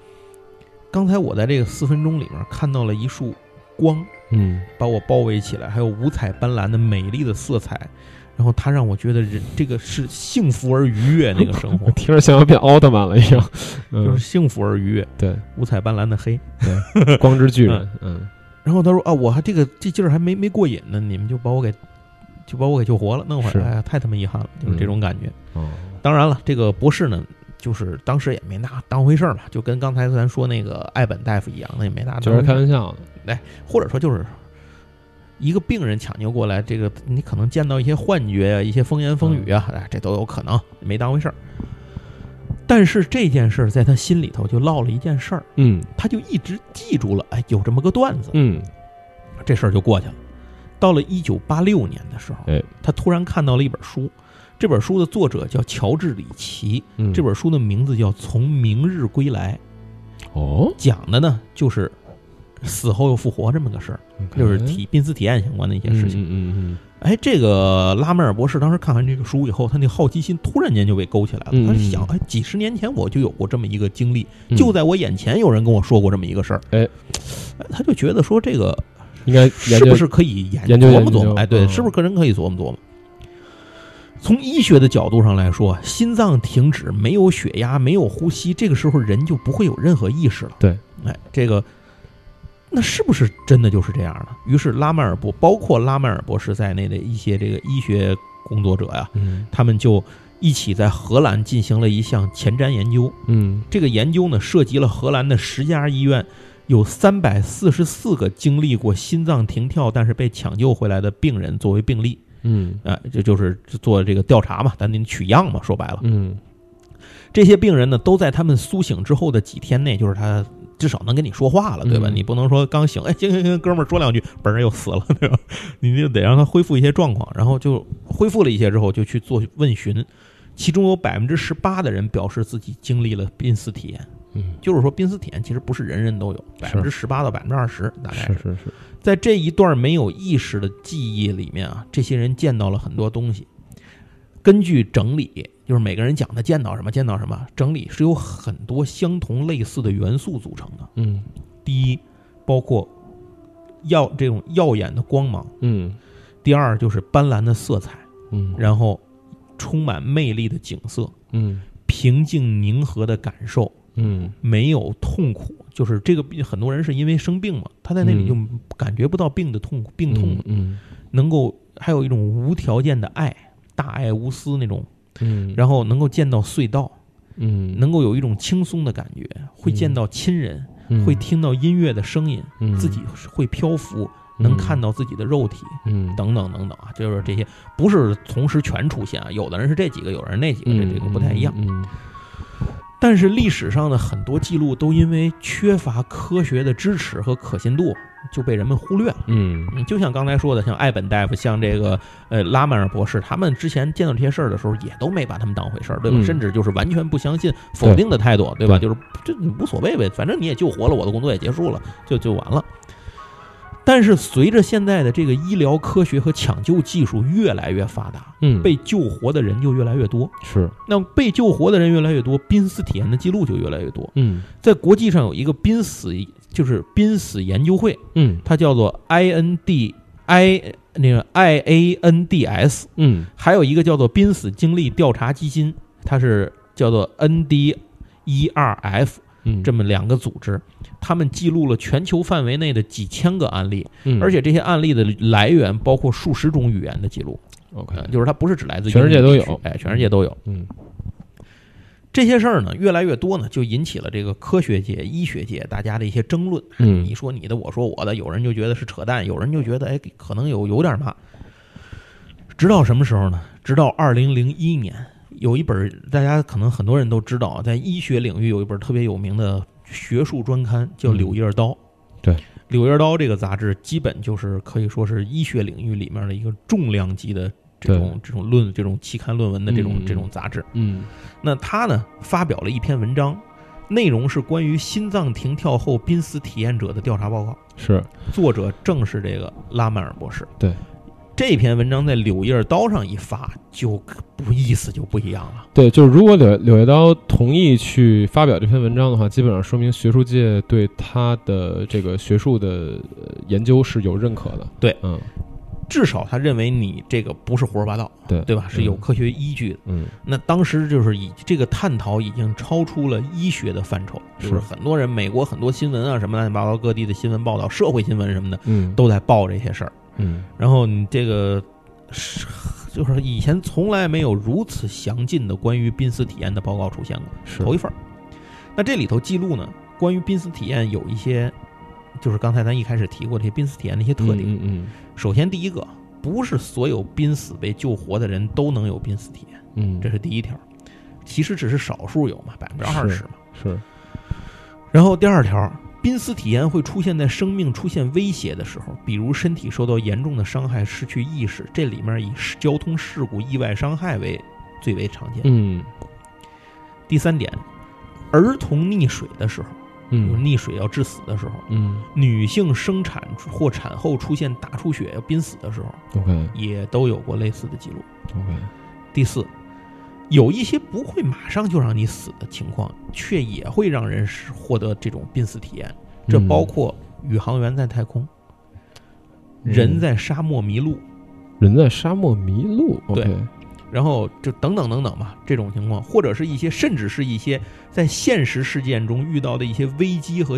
Speaker 1: 刚才我在这个四分钟里面看到了一束光
Speaker 2: 嗯
Speaker 1: 把我包围起来，还有五彩斑斓的美丽的色彩。然后它让我觉得人这个是幸福而愉悦，那个生活
Speaker 2: 听着像要变奥特曼了一样，
Speaker 1: 就
Speaker 2: (laughs)
Speaker 1: 是
Speaker 2: 嗯，
Speaker 1: 幸福而愉悦，
Speaker 2: 对，
Speaker 1: 五彩斑斓的黑。
Speaker 2: 光之巨人，
Speaker 1: (laughs)
Speaker 2: 嗯
Speaker 1: 然后他说啊，我还这个这劲儿还没没过瘾呢，你们就把我给就把我给救活了，弄回
Speaker 2: 是
Speaker 1: 来，哎呀，太他妈遗憾了，就是这种感觉。
Speaker 2: 哦，
Speaker 1: 当然了，这个博士呢，就是当时也没拿当回事儿嘛，就跟刚才咱说那个艾本大夫一样，那也没拿
Speaker 2: 就是
Speaker 1: 当回事
Speaker 2: 开
Speaker 1: 儿，
Speaker 2: 玩笑的，
Speaker 1: 或者说就是。一个病人抢救过来，这个你可能见到一些幻觉啊，一些风言风语
Speaker 2: 嗯
Speaker 1: 啊，哎，这都有可能，没当回事儿。但是这件事儿在他心里头就落了一件事儿，
Speaker 2: 嗯
Speaker 1: 他就一直记住了，哎，有这么个段子，
Speaker 2: 嗯，
Speaker 1: 这事儿就过去了。到了一九八六年的时候
Speaker 2: 哎，
Speaker 1: 他突然看到了一本书，这本书的作者叫乔治·里奇，
Speaker 2: 嗯
Speaker 1: 这本书的名字叫《从明日归来》，
Speaker 2: 哦，
Speaker 1: 讲的呢就是死后又复活这么个事儿，就是体濒死体验相关的一些
Speaker 2: 嗯
Speaker 1: 事情。
Speaker 2: 哎嗯嗯
Speaker 1: 哎，这个拉梅尔博士当时看完这个书以后，他那好奇心突然间就被勾起来了，
Speaker 2: 嗯
Speaker 1: 他想，哎，几十年前我就有过这么一个经历，
Speaker 2: 嗯，
Speaker 1: 就在我眼前有人跟我说过这么一个事儿，
Speaker 2: 哎
Speaker 1: 哎，他就觉得说这个
Speaker 2: 应该研
Speaker 1: 是
Speaker 2: 究
Speaker 1: 不是可以研
Speaker 2: 研究
Speaker 1: 琢
Speaker 2: 研
Speaker 1: 磨琢磨？
Speaker 2: 究
Speaker 1: 哎，对，
Speaker 2: 嗯
Speaker 1: 是不是个人可以琢磨琢磨？从医学的角度上来说，心脏停止、没有血压、没有呼吸，这个时候人就不会有任何意识了。
Speaker 2: 对，
Speaker 1: 哎，这个那是不是真的就是这样呢？于是拉曼尔博，包括拉曼尔博士在内的一些这个医学工作者呀、
Speaker 2: 嗯
Speaker 1: 他们就一起在荷兰进行了一项前瞻研究。
Speaker 2: 嗯
Speaker 1: 这个研究呢，涉及了荷兰的十家医院，有三百四十四个经历过心脏停跳但是被抢救回来的病人作为病例，
Speaker 2: 嗯
Speaker 1: 啊、这就是做这个调查嘛，咱得取样嘛，说白了。
Speaker 2: 嗯
Speaker 1: 这些病人呢，都在他们苏醒之后的几天内，就是他至少能跟你说话了，对吧？
Speaker 2: 嗯
Speaker 1: 你不能说刚醒，哎，行行行，哥们儿说两句，本人又死了，对吧？你就得让他恢复一些状况，然后就恢复了一些之后，就去做问询，其中有百分之十八的人表示自己经历了濒死体验，
Speaker 2: 嗯，
Speaker 1: 就是说濒死体验其实不是人人都有，百
Speaker 2: 是
Speaker 1: 分之十八到百分之二十，大概
Speaker 2: 是是是，
Speaker 1: 在这一段没有意识的记忆里面啊，这些人见到了很多东西。根据整理，就是每个人讲他见到什么，见到什么，整理是由很多相同类似的元素组成的。
Speaker 2: 嗯
Speaker 1: 第一，包括耀这种耀眼的光芒；
Speaker 2: 嗯
Speaker 1: 第二，就是斑斓的色彩，
Speaker 2: 嗯，
Speaker 1: 然后充满魅力的景色，
Speaker 2: 嗯
Speaker 1: 平静宁和的感受，
Speaker 2: 嗯
Speaker 1: 没有痛苦。就是这个，很多人是因为生病嘛，他在那里就感觉不到病的痛苦、病痛
Speaker 2: 嗯嗯
Speaker 1: 能够还有一种无条件的爱，大爱无私那种，
Speaker 2: 嗯，
Speaker 1: 然后能够见到隧道，
Speaker 2: 嗯
Speaker 1: 能够有一种轻松的感觉，会见到亲人，
Speaker 2: 能
Speaker 1: 会听到音乐的声音，
Speaker 2: 嗯
Speaker 1: 自己会漂浮，能看到自己的肉体。
Speaker 2: 嗯
Speaker 1: 等等等等啊，就是这些，不是同时全出现啊，有的人是这几个，有人那几个，这
Speaker 2: 嗯
Speaker 1: 这个不太一样。
Speaker 2: 嗯
Speaker 1: 但是历史上的很多记录都因为缺乏科学的支持和可信度，就被人们忽略了。
Speaker 2: 嗯
Speaker 1: 嗯，就像刚才说的，像艾本大夫，像这个呃拉曼尔博士，他们之前见到这些事儿的时候，也都没把他们当回事儿，对吧？
Speaker 2: 嗯
Speaker 1: 甚至就是完全不相信、否定的态度，对吧？
Speaker 2: 对
Speaker 1: 就是这无所谓呗，反正你也救活了，我的工作也结束了，就就完了。但是随着现在的这个医疗科学和抢救技术越来越发达，
Speaker 2: 嗯
Speaker 1: 被救活的人就越来越多。
Speaker 2: 是
Speaker 1: 那被救活的人越来越多，濒死体验的记录就越来越多。
Speaker 2: 嗯
Speaker 1: 在国际上有一个濒死，就是濒死研究会，
Speaker 2: 嗯
Speaker 1: 它叫做 I N D I 那个 I A N D S，
Speaker 2: 嗯
Speaker 1: 还有一个叫做濒死经历调查基金，它是叫做 N D E R F
Speaker 2: 嗯
Speaker 1: 这么两个组织，他们记录了全球范围内的几千个案例，
Speaker 2: 嗯
Speaker 1: 而且这些案例的来源包括数十种语言的记录，
Speaker 2: OK
Speaker 1: 呃就是它不是只来自
Speaker 2: 嗯
Speaker 1: 于
Speaker 2: 全世界都有
Speaker 1: 英语地区哎，全世界都有。
Speaker 2: 嗯
Speaker 1: 这些事儿呢，越来越多呢，就引起了这个科学界、医学界大家的一些争论。
Speaker 2: 嗯
Speaker 1: 你说你的，我说我的，有人就觉得是扯淡，有人就觉得哎，可能有有点嘛。直到什么时候呢？直到二零零一年，有一本大家可能很多人都知道啊，在医学领域有一本特别有名的学术专刊叫《
Speaker 2: 嗯
Speaker 1: 柳叶刀》。
Speaker 2: 对
Speaker 1: 《柳叶刀》这个杂志基本就是可以说是医学领域里面的一个重量级的这种这种论这种期刊论文的这种、
Speaker 2: 嗯
Speaker 1: 这种杂志。
Speaker 2: 嗯
Speaker 1: 那他呢发表了一篇文章，内容是关于心脏停跳后濒死体验者的调查报告，
Speaker 2: 是
Speaker 1: 作者正是这个拉曼尔博士。
Speaker 2: 对，
Speaker 1: 这篇文章在《柳叶刀》上一发，就不意思就不一样了。
Speaker 2: 对，就是如果柳柳叶刀同意去发表这篇文章的话，基本上说明学术界对他的这个学术的呃研究是有认可的。
Speaker 1: 对，
Speaker 2: 嗯
Speaker 1: 至少他认为你这个不是胡说八道，
Speaker 2: 对
Speaker 1: 对吧？是有
Speaker 2: 嗯
Speaker 1: 科学依据的。
Speaker 2: 嗯
Speaker 1: 那当时就是以这个探讨已经超出了医学的范畴，就是是很多人美国很多新闻啊什么乱七八糟各地的新闻报道、社会新闻什么的
Speaker 2: 嗯
Speaker 1: 都在报这些事儿。
Speaker 2: 嗯
Speaker 1: 然后你这个是就是以前从来没有如此详尽的关于濒死体验的报告出现过，
Speaker 2: 是
Speaker 1: 头一份儿。那这里头记录呢，关于濒死体验有一些，就是刚才咱一开始提过这些濒死体验的一些特点。
Speaker 2: 嗯嗯
Speaker 1: 首先第一个，不是所有濒死被救活的人都能有濒死体验，
Speaker 2: 嗯，
Speaker 1: 这是第一条。其实只是少数有嘛，百分之二十
Speaker 2: 是
Speaker 1: 嘛。
Speaker 2: 是
Speaker 1: 然后第二条，濒死体验会出现在生命出现威胁的时候，比如身体受到严重的伤害、失去意识，这里面以交通事故、意外伤害为最为常见。
Speaker 2: 嗯
Speaker 1: 第三点，儿童溺水的时候，比如
Speaker 2: 嗯
Speaker 1: 溺水要致死的时候，
Speaker 2: 嗯
Speaker 1: 女性生产或产后出现大出血要濒死的时候，
Speaker 2: OK
Speaker 1: 也都有过类似的记录。
Speaker 2: OK
Speaker 1: 第四，有一些不会马上就让你死的情况，却也会让人是获得这种濒死体验。这
Speaker 2: 嗯
Speaker 1: 包括宇航员在太空，人在沙漠迷路，
Speaker 2: 嗯人在沙漠迷路。OK
Speaker 1: 然后就等等等等吧，这种情况，或者是一些甚至是一些在现实事件中遇到的一些危机和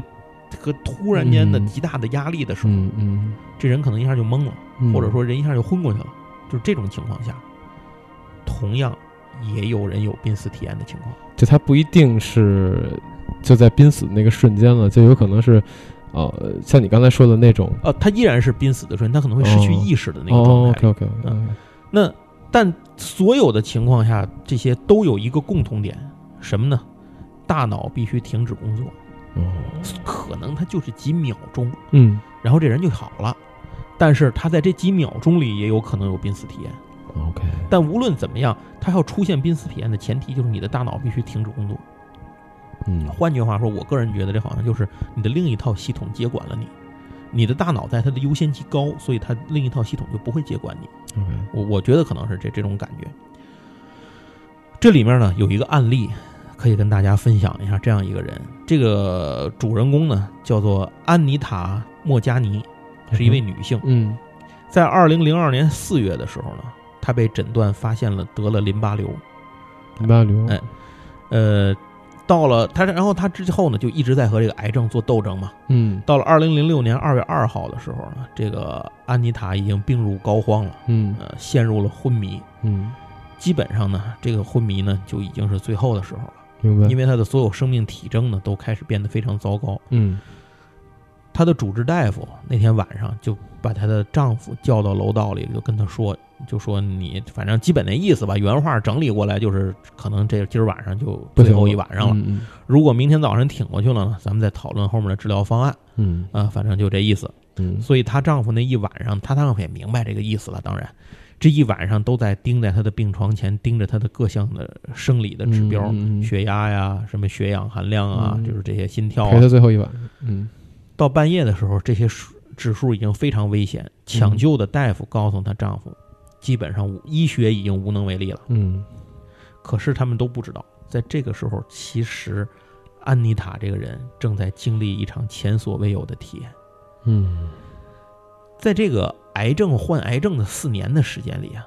Speaker 1: 和突然间的
Speaker 2: 嗯
Speaker 1: 极大的压力的时候，
Speaker 2: 嗯嗯
Speaker 1: 这人可能一下就懵了，
Speaker 2: 嗯，
Speaker 1: 或者说人一下就昏过去了，就是这种情况下，同样也有人有濒死体验的情况。
Speaker 2: 就他不一定是就在濒死那个瞬间了，就有可能是呃，像你刚才说的那种
Speaker 1: 呃，他依然是濒死的瞬间，他可能会失去
Speaker 2: 哦
Speaker 1: 意识的那个
Speaker 2: 哦
Speaker 1: 状态。啊
Speaker 2: ，OK OK，
Speaker 1: 那但所有的情况下，这些都有一个共同点，什么呢？大脑必须停止工作，
Speaker 2: 哦，
Speaker 1: 可能它就是几秒钟，
Speaker 2: 嗯，
Speaker 1: 然后这人就好了。但是他在这几秒钟里也有可能有濒死体验。
Speaker 2: OK，
Speaker 1: 但无论怎么样，他要出现濒死体验的前提就是你的大脑必须停止工作。
Speaker 2: 嗯
Speaker 1: 换句话说，我个人觉得这好像就是你的另一套系统接管了你，你的大脑在它的优先级高，所以它另一套系统就不会接管你。
Speaker 2: ，OK，
Speaker 1: 我我觉得可能是这这种感觉。这里面呢有一个案例，可以跟大家分享一下。这样一个人，这个主人公呢叫做安妮塔·莫加尼，是一位女性。
Speaker 2: 嗯，
Speaker 1: 在二零零二年四月的时候呢，她被诊断发现了得了淋巴瘤。
Speaker 2: 淋巴瘤，
Speaker 1: 哎呃，到了她，然后她之后呢就一直在和这个癌症做斗争嘛。
Speaker 2: 嗯
Speaker 1: 到了二零零六年二月二号的时候呢，这个安妮塔已经病入膏肓了，
Speaker 2: 嗯
Speaker 1: 呃，陷入了昏迷。
Speaker 2: 嗯，
Speaker 1: 基本上呢，这个昏迷呢就已经是最后的时候了，
Speaker 2: 明白，
Speaker 1: 因为他的所有生命体征呢都开始变得非常糟糕。
Speaker 2: 嗯
Speaker 1: 她的主治大夫那天晚上就把她的丈夫叫到楼道里，就跟她说，就说你反正基本那意思吧，原话整理过来就是，可能这今儿晚上就
Speaker 2: 不
Speaker 1: 最
Speaker 2: 行
Speaker 1: 后
Speaker 2: 了
Speaker 1: 一晚上了。
Speaker 2: 嗯
Speaker 1: 如果明天早晨挺过去了呢，咱们再讨论后面的治疗方案
Speaker 2: 嗯
Speaker 1: 啊、反正就这意思。
Speaker 2: 嗯
Speaker 1: 所以她丈夫那一晚上，她丈夫也明白这个意思了。当然，这一晚上都在盯在她的病床前，盯着她的各项的生理的指标，
Speaker 2: 嗯嗯嗯
Speaker 1: 血压呀、什么血氧含量啊，
Speaker 2: 嗯
Speaker 1: 就是这些心跳啊
Speaker 2: 陪。他最后一晚，嗯
Speaker 1: 到半夜的时候，这些数指数已经非常危
Speaker 2: 嗯
Speaker 1: 险，抢救的大夫告诉她丈夫，基本上无医学已经无能为力了。
Speaker 2: 嗯
Speaker 1: 可是他们都不知道，在这个时候，其实安妮塔这个人正在经历一场前所未有的体验。
Speaker 2: 嗯
Speaker 1: 在这个癌症患癌症的四年的时间里啊，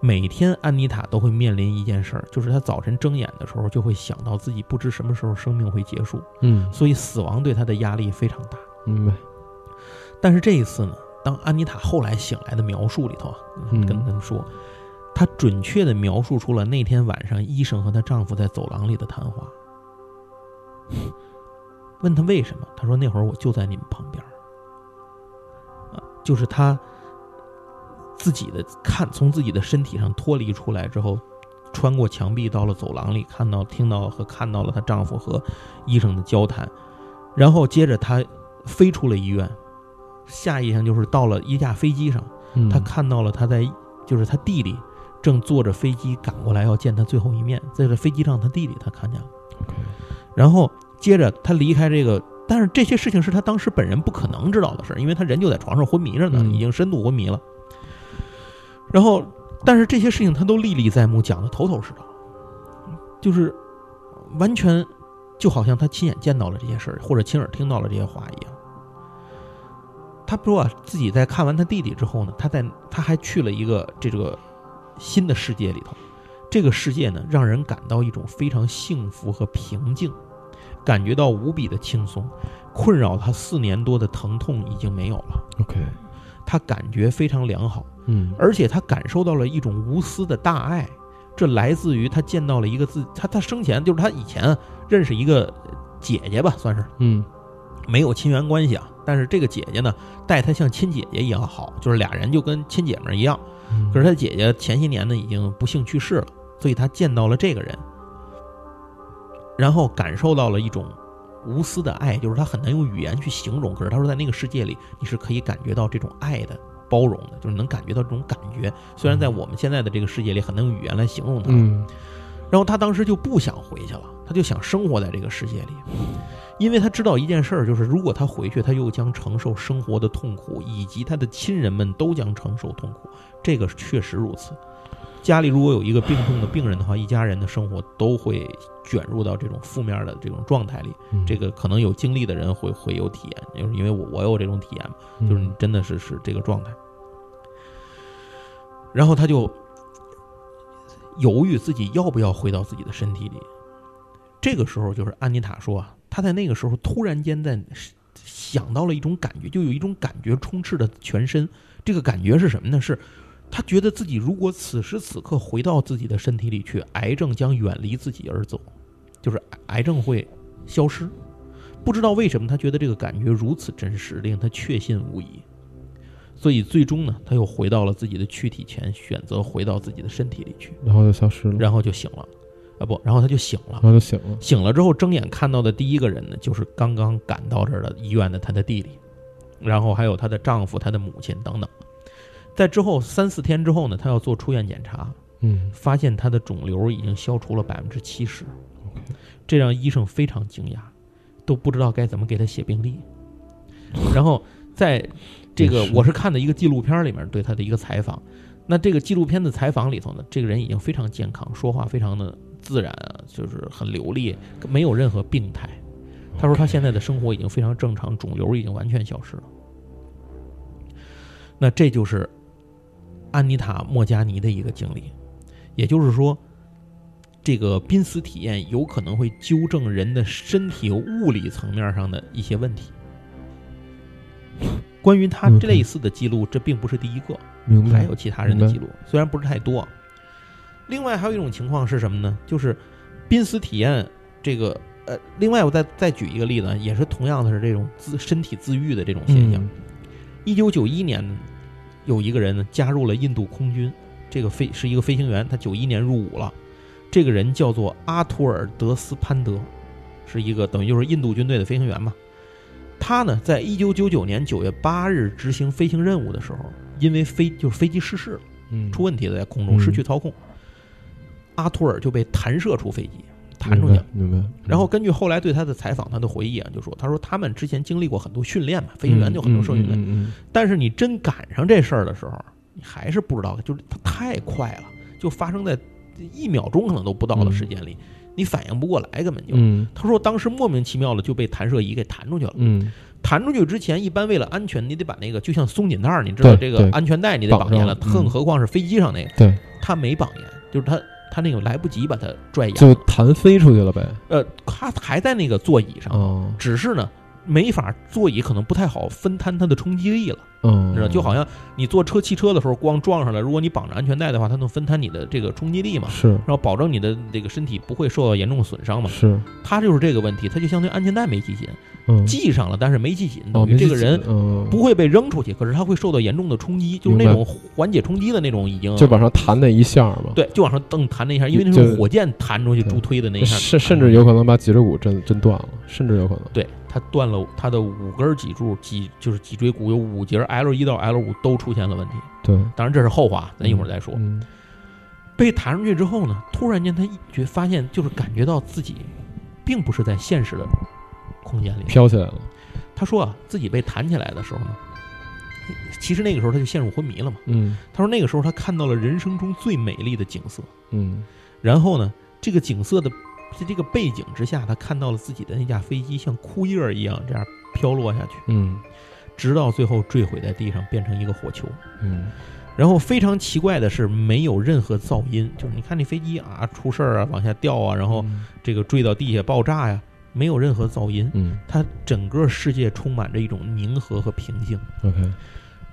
Speaker 1: 每天安妮塔都会面临一件事儿，就是她早晨睁眼的时候就会想到自己不知什么时候生命会结束，
Speaker 2: 嗯，
Speaker 1: 所以死亡对她的压力非常大。
Speaker 2: 明白，
Speaker 1: 但是这一次呢，当安妮塔后来醒来的描述里头啊，
Speaker 2: 嗯
Speaker 1: 跟他们说，她准确地描述出了那天晚上医生和她丈夫在走廊里的谈话。问她为什么，她说那会儿我就在你们旁边儿，啊，就是她自己的看从自己的身体上脱离出来之后。穿过墙壁到了走廊里，看到、听到和看到了她丈夫和医生的交谈，然后接着她飞出了医院，下一项就是到了一架飞机上，
Speaker 2: 嗯
Speaker 1: 他看到了他在就是他弟弟正坐着飞机赶过来要见他最后一面，在这飞机上他弟弟他看见了，
Speaker 2: ，OK，
Speaker 1: 然后接着他离开这个，但是这些事情是他当时本人不可能知道的事儿，因为他人就在床上昏迷着呢，
Speaker 2: 嗯
Speaker 1: 已经深度昏迷了。然后，但是这些事情他都历历在目，讲的头头是道，就是完全就好像他亲眼见到了这些事儿，或者亲耳听到了这些话一样。他说啊，自己在看完他弟弟之后呢，他在他还去了一个这个新的世界里头，这个世界呢，让人感到一种非常幸福和平静，感觉到无比的轻松。困扰他四年多的疼痛已经没有了，
Speaker 2: OK，
Speaker 1: 他感觉非常良好，
Speaker 2: 嗯
Speaker 1: 而且他感受到了一种无私的大爱。这来自于他见到了一个自他他生前就是他以前认识一个姐姐吧，算是
Speaker 2: 嗯
Speaker 1: 没有亲缘关系啊。但是这个姐姐呢，待他像亲姐姐一样好，就是俩人就跟亲姐们儿一样。
Speaker 2: 嗯，
Speaker 1: 可是他姐姐前些年呢已经不幸去世了，所以他见到了这个人，然后感受到了一种无私的爱，就是他很难用语言去形容。可是他说，在那个世界里，你是可以感觉到这种爱的包容的，就是能感觉到这种感觉。虽然在我们现在的这个世界里很难用语言来形容它，
Speaker 2: 嗯
Speaker 1: 然后他当时就不想回去了，他就想生活在这个世界里，因为他知道一件事儿，就是如果他回去，他又将承受生活的痛苦，以及他的亲人们都将承受痛苦。这个确实如此。家里如果有一个病痛的病人的话，一家人的生活都会卷入到这种负面的这种状态里。
Speaker 2: 嗯，
Speaker 1: 这个可能有经历的人会会有体验，就是因为我我有这种体验嘛。就是
Speaker 2: 嗯
Speaker 1: 你真的是是这个状态。然后他就犹豫自己要不要回到自己的身体里。这个时候，就是安妮塔说啊，她在那个时候突然间在想到了一种感觉，就有一种感觉充斥着全身。这个感觉是什么呢？是她觉得自己如果此时此刻回到自己的身体里去，癌症将远离自己而走，就是癌症会消失。不知道为什么，他觉得这个感觉如此真实，令他确信无疑。所以最终呢，他又回到了自己的躯体前，选择回到自己的身体里去，
Speaker 2: 然后就消失了，
Speaker 1: 然后就醒了。啊不，然后他就醒了
Speaker 2: 然。后就醒了。
Speaker 1: 醒了之后，睁眼看到的第一个人呢，就是刚刚赶到这儿的医院的她的弟弟，然后还有她的丈夫、她的母亲等等。在之后三四天之后呢，她要做出院检查，
Speaker 2: 嗯
Speaker 1: 发现她的肿瘤已经消除了百分之七十，
Speaker 2: ，OK，
Speaker 1: 这让医生非常惊讶，都不知道该怎么给她写病
Speaker 2: (laughs)
Speaker 1: 历。然后在这个
Speaker 2: 也是
Speaker 1: 我是看的一个纪录片里面对她的一个采访，那这个纪录片的采访里头呢，这个人已经非常健康，说话非常的自然啊，就是很流利，没有任何病态。他说他现在的生活已经非常正常，肿瘤已经完全消失了。那这就是安妮塔·莫加尼的一个经历，也就是说，这个濒死体验有可能会纠正人的身体物理层面上的一些问题。关于他
Speaker 2: OK
Speaker 1: 类似的记录，这并不是第一个，
Speaker 2: 嗯明
Speaker 1: 还
Speaker 2: 白
Speaker 1: 有，其他人的
Speaker 2: 明白
Speaker 1: 记录，虽然不是太多。啊另外还有一种情况是什么呢？就是濒死体验这个呃，另外我再再举一个例子啊，也是同样的是这种自身体自愈的这种现象。
Speaker 2: 嗯
Speaker 1: 一九九一年，有一个人呢加入了印度空军，这个飞是一个飞行员，他九一年入伍了。这个人叫做阿图尔·德斯潘德，是一个等于就是印度军队的飞行员嘛。他呢，在一九九九年九月八日执行飞行任务的时候，因为飞就是飞机失事了，
Speaker 2: 嗯，
Speaker 1: 出问题了，在空中失去
Speaker 2: 嗯
Speaker 1: 操控，阿图尔就被弹射出飞机，弹出去了。
Speaker 2: 明白，明白。嗯
Speaker 1: 然后根据后来对他的采访，他的回忆啊，就说他说他们之前经历过很多训练嘛，飞行员就很多受训练，
Speaker 2: 嗯嗯嗯
Speaker 1: 但是你真赶上这事儿的时候，你还是不知道，就是它太快了，就发生在一秒钟可能都不到的时间里，你反应不过来，根本就。
Speaker 2: 嗯
Speaker 1: 他说当时莫名其妙的就被弹射仪给弹出去了，
Speaker 2: 嗯嗯，
Speaker 1: 弹出去之前，一般为了安全，你得把那个就像松紧带儿，你知道
Speaker 2: 对
Speaker 1: 这个
Speaker 2: 对
Speaker 1: 安全带你得绑严了，
Speaker 2: 绑上了嗯
Speaker 1: 更何况是飞机上那个，
Speaker 2: 对，
Speaker 1: 他没绑严，就是他他那个来不及把它拽严
Speaker 2: 就
Speaker 1: 了，
Speaker 2: 弹飞出去了呗。
Speaker 1: 呃，他还在那个座椅上，
Speaker 2: 哦，
Speaker 1: 只是呢没法座椅可能不太好分摊它的冲击力了。
Speaker 2: 嗯，
Speaker 1: 你知道，就好像你坐车、汽车的时候，光撞上了，如果你绑着安全带的话，它能分摊你的这个冲击力嘛，
Speaker 2: 是
Speaker 1: 然后保证你的这个身体不会受到严重损伤嘛。
Speaker 2: 是，
Speaker 1: 它就是这个问题，它就相当于安全带没系紧，
Speaker 2: 嗯，
Speaker 1: 系上了，但是没系紧，
Speaker 2: 哦，
Speaker 1: 等于
Speaker 2: 没
Speaker 1: 这
Speaker 2: 记
Speaker 1: 个人
Speaker 2: 起嗯，
Speaker 1: 不会被扔出去，可是他会受到严重的冲击，就是那
Speaker 2: 明白
Speaker 1: 种缓解冲击的那种，已经
Speaker 2: 就往上弹那一下嘛。
Speaker 1: 对，就往上蹬弹那一下，因为那
Speaker 2: 就是
Speaker 1: 火箭弹出去
Speaker 2: 对
Speaker 1: 助推的那一下，嗯
Speaker 2: 甚甚至有可能把脊椎骨震震断了，甚至有可能。
Speaker 1: 对他断了他的五根脊柱，脊就是脊椎骨有五节 L 一到 L 五都出现了问题。
Speaker 2: 对，
Speaker 1: 当然这是后话，咱一会儿再说。
Speaker 2: 嗯，
Speaker 1: 被弹出去之后呢，突然间他一觉发现，就是感觉到自己并不是在现实的空间里。
Speaker 2: 飘起来了。
Speaker 1: 他说啊，自己被弹起来的时候呢，其实那个时候他就陷入昏迷了嘛。
Speaker 2: 嗯
Speaker 1: 他说那个时候他看到了人生中最美丽的景色，
Speaker 2: 嗯
Speaker 1: 然后呢，这个景色的在这个背景之下，他看到了自己的那架飞机像枯叶儿一样这样飘落下去，
Speaker 2: 嗯
Speaker 1: 直到最后坠毁在地上，变成一个火球。
Speaker 2: 嗯，
Speaker 1: 然后非常奇怪的是，没有任何噪音，就是你看那飞机啊出事儿啊，往下掉啊，然后这个坠到地下爆炸呀，没有任何噪音，
Speaker 2: 嗯
Speaker 1: 它整个世界充满着一种宁和和平静。
Speaker 2: ，OK，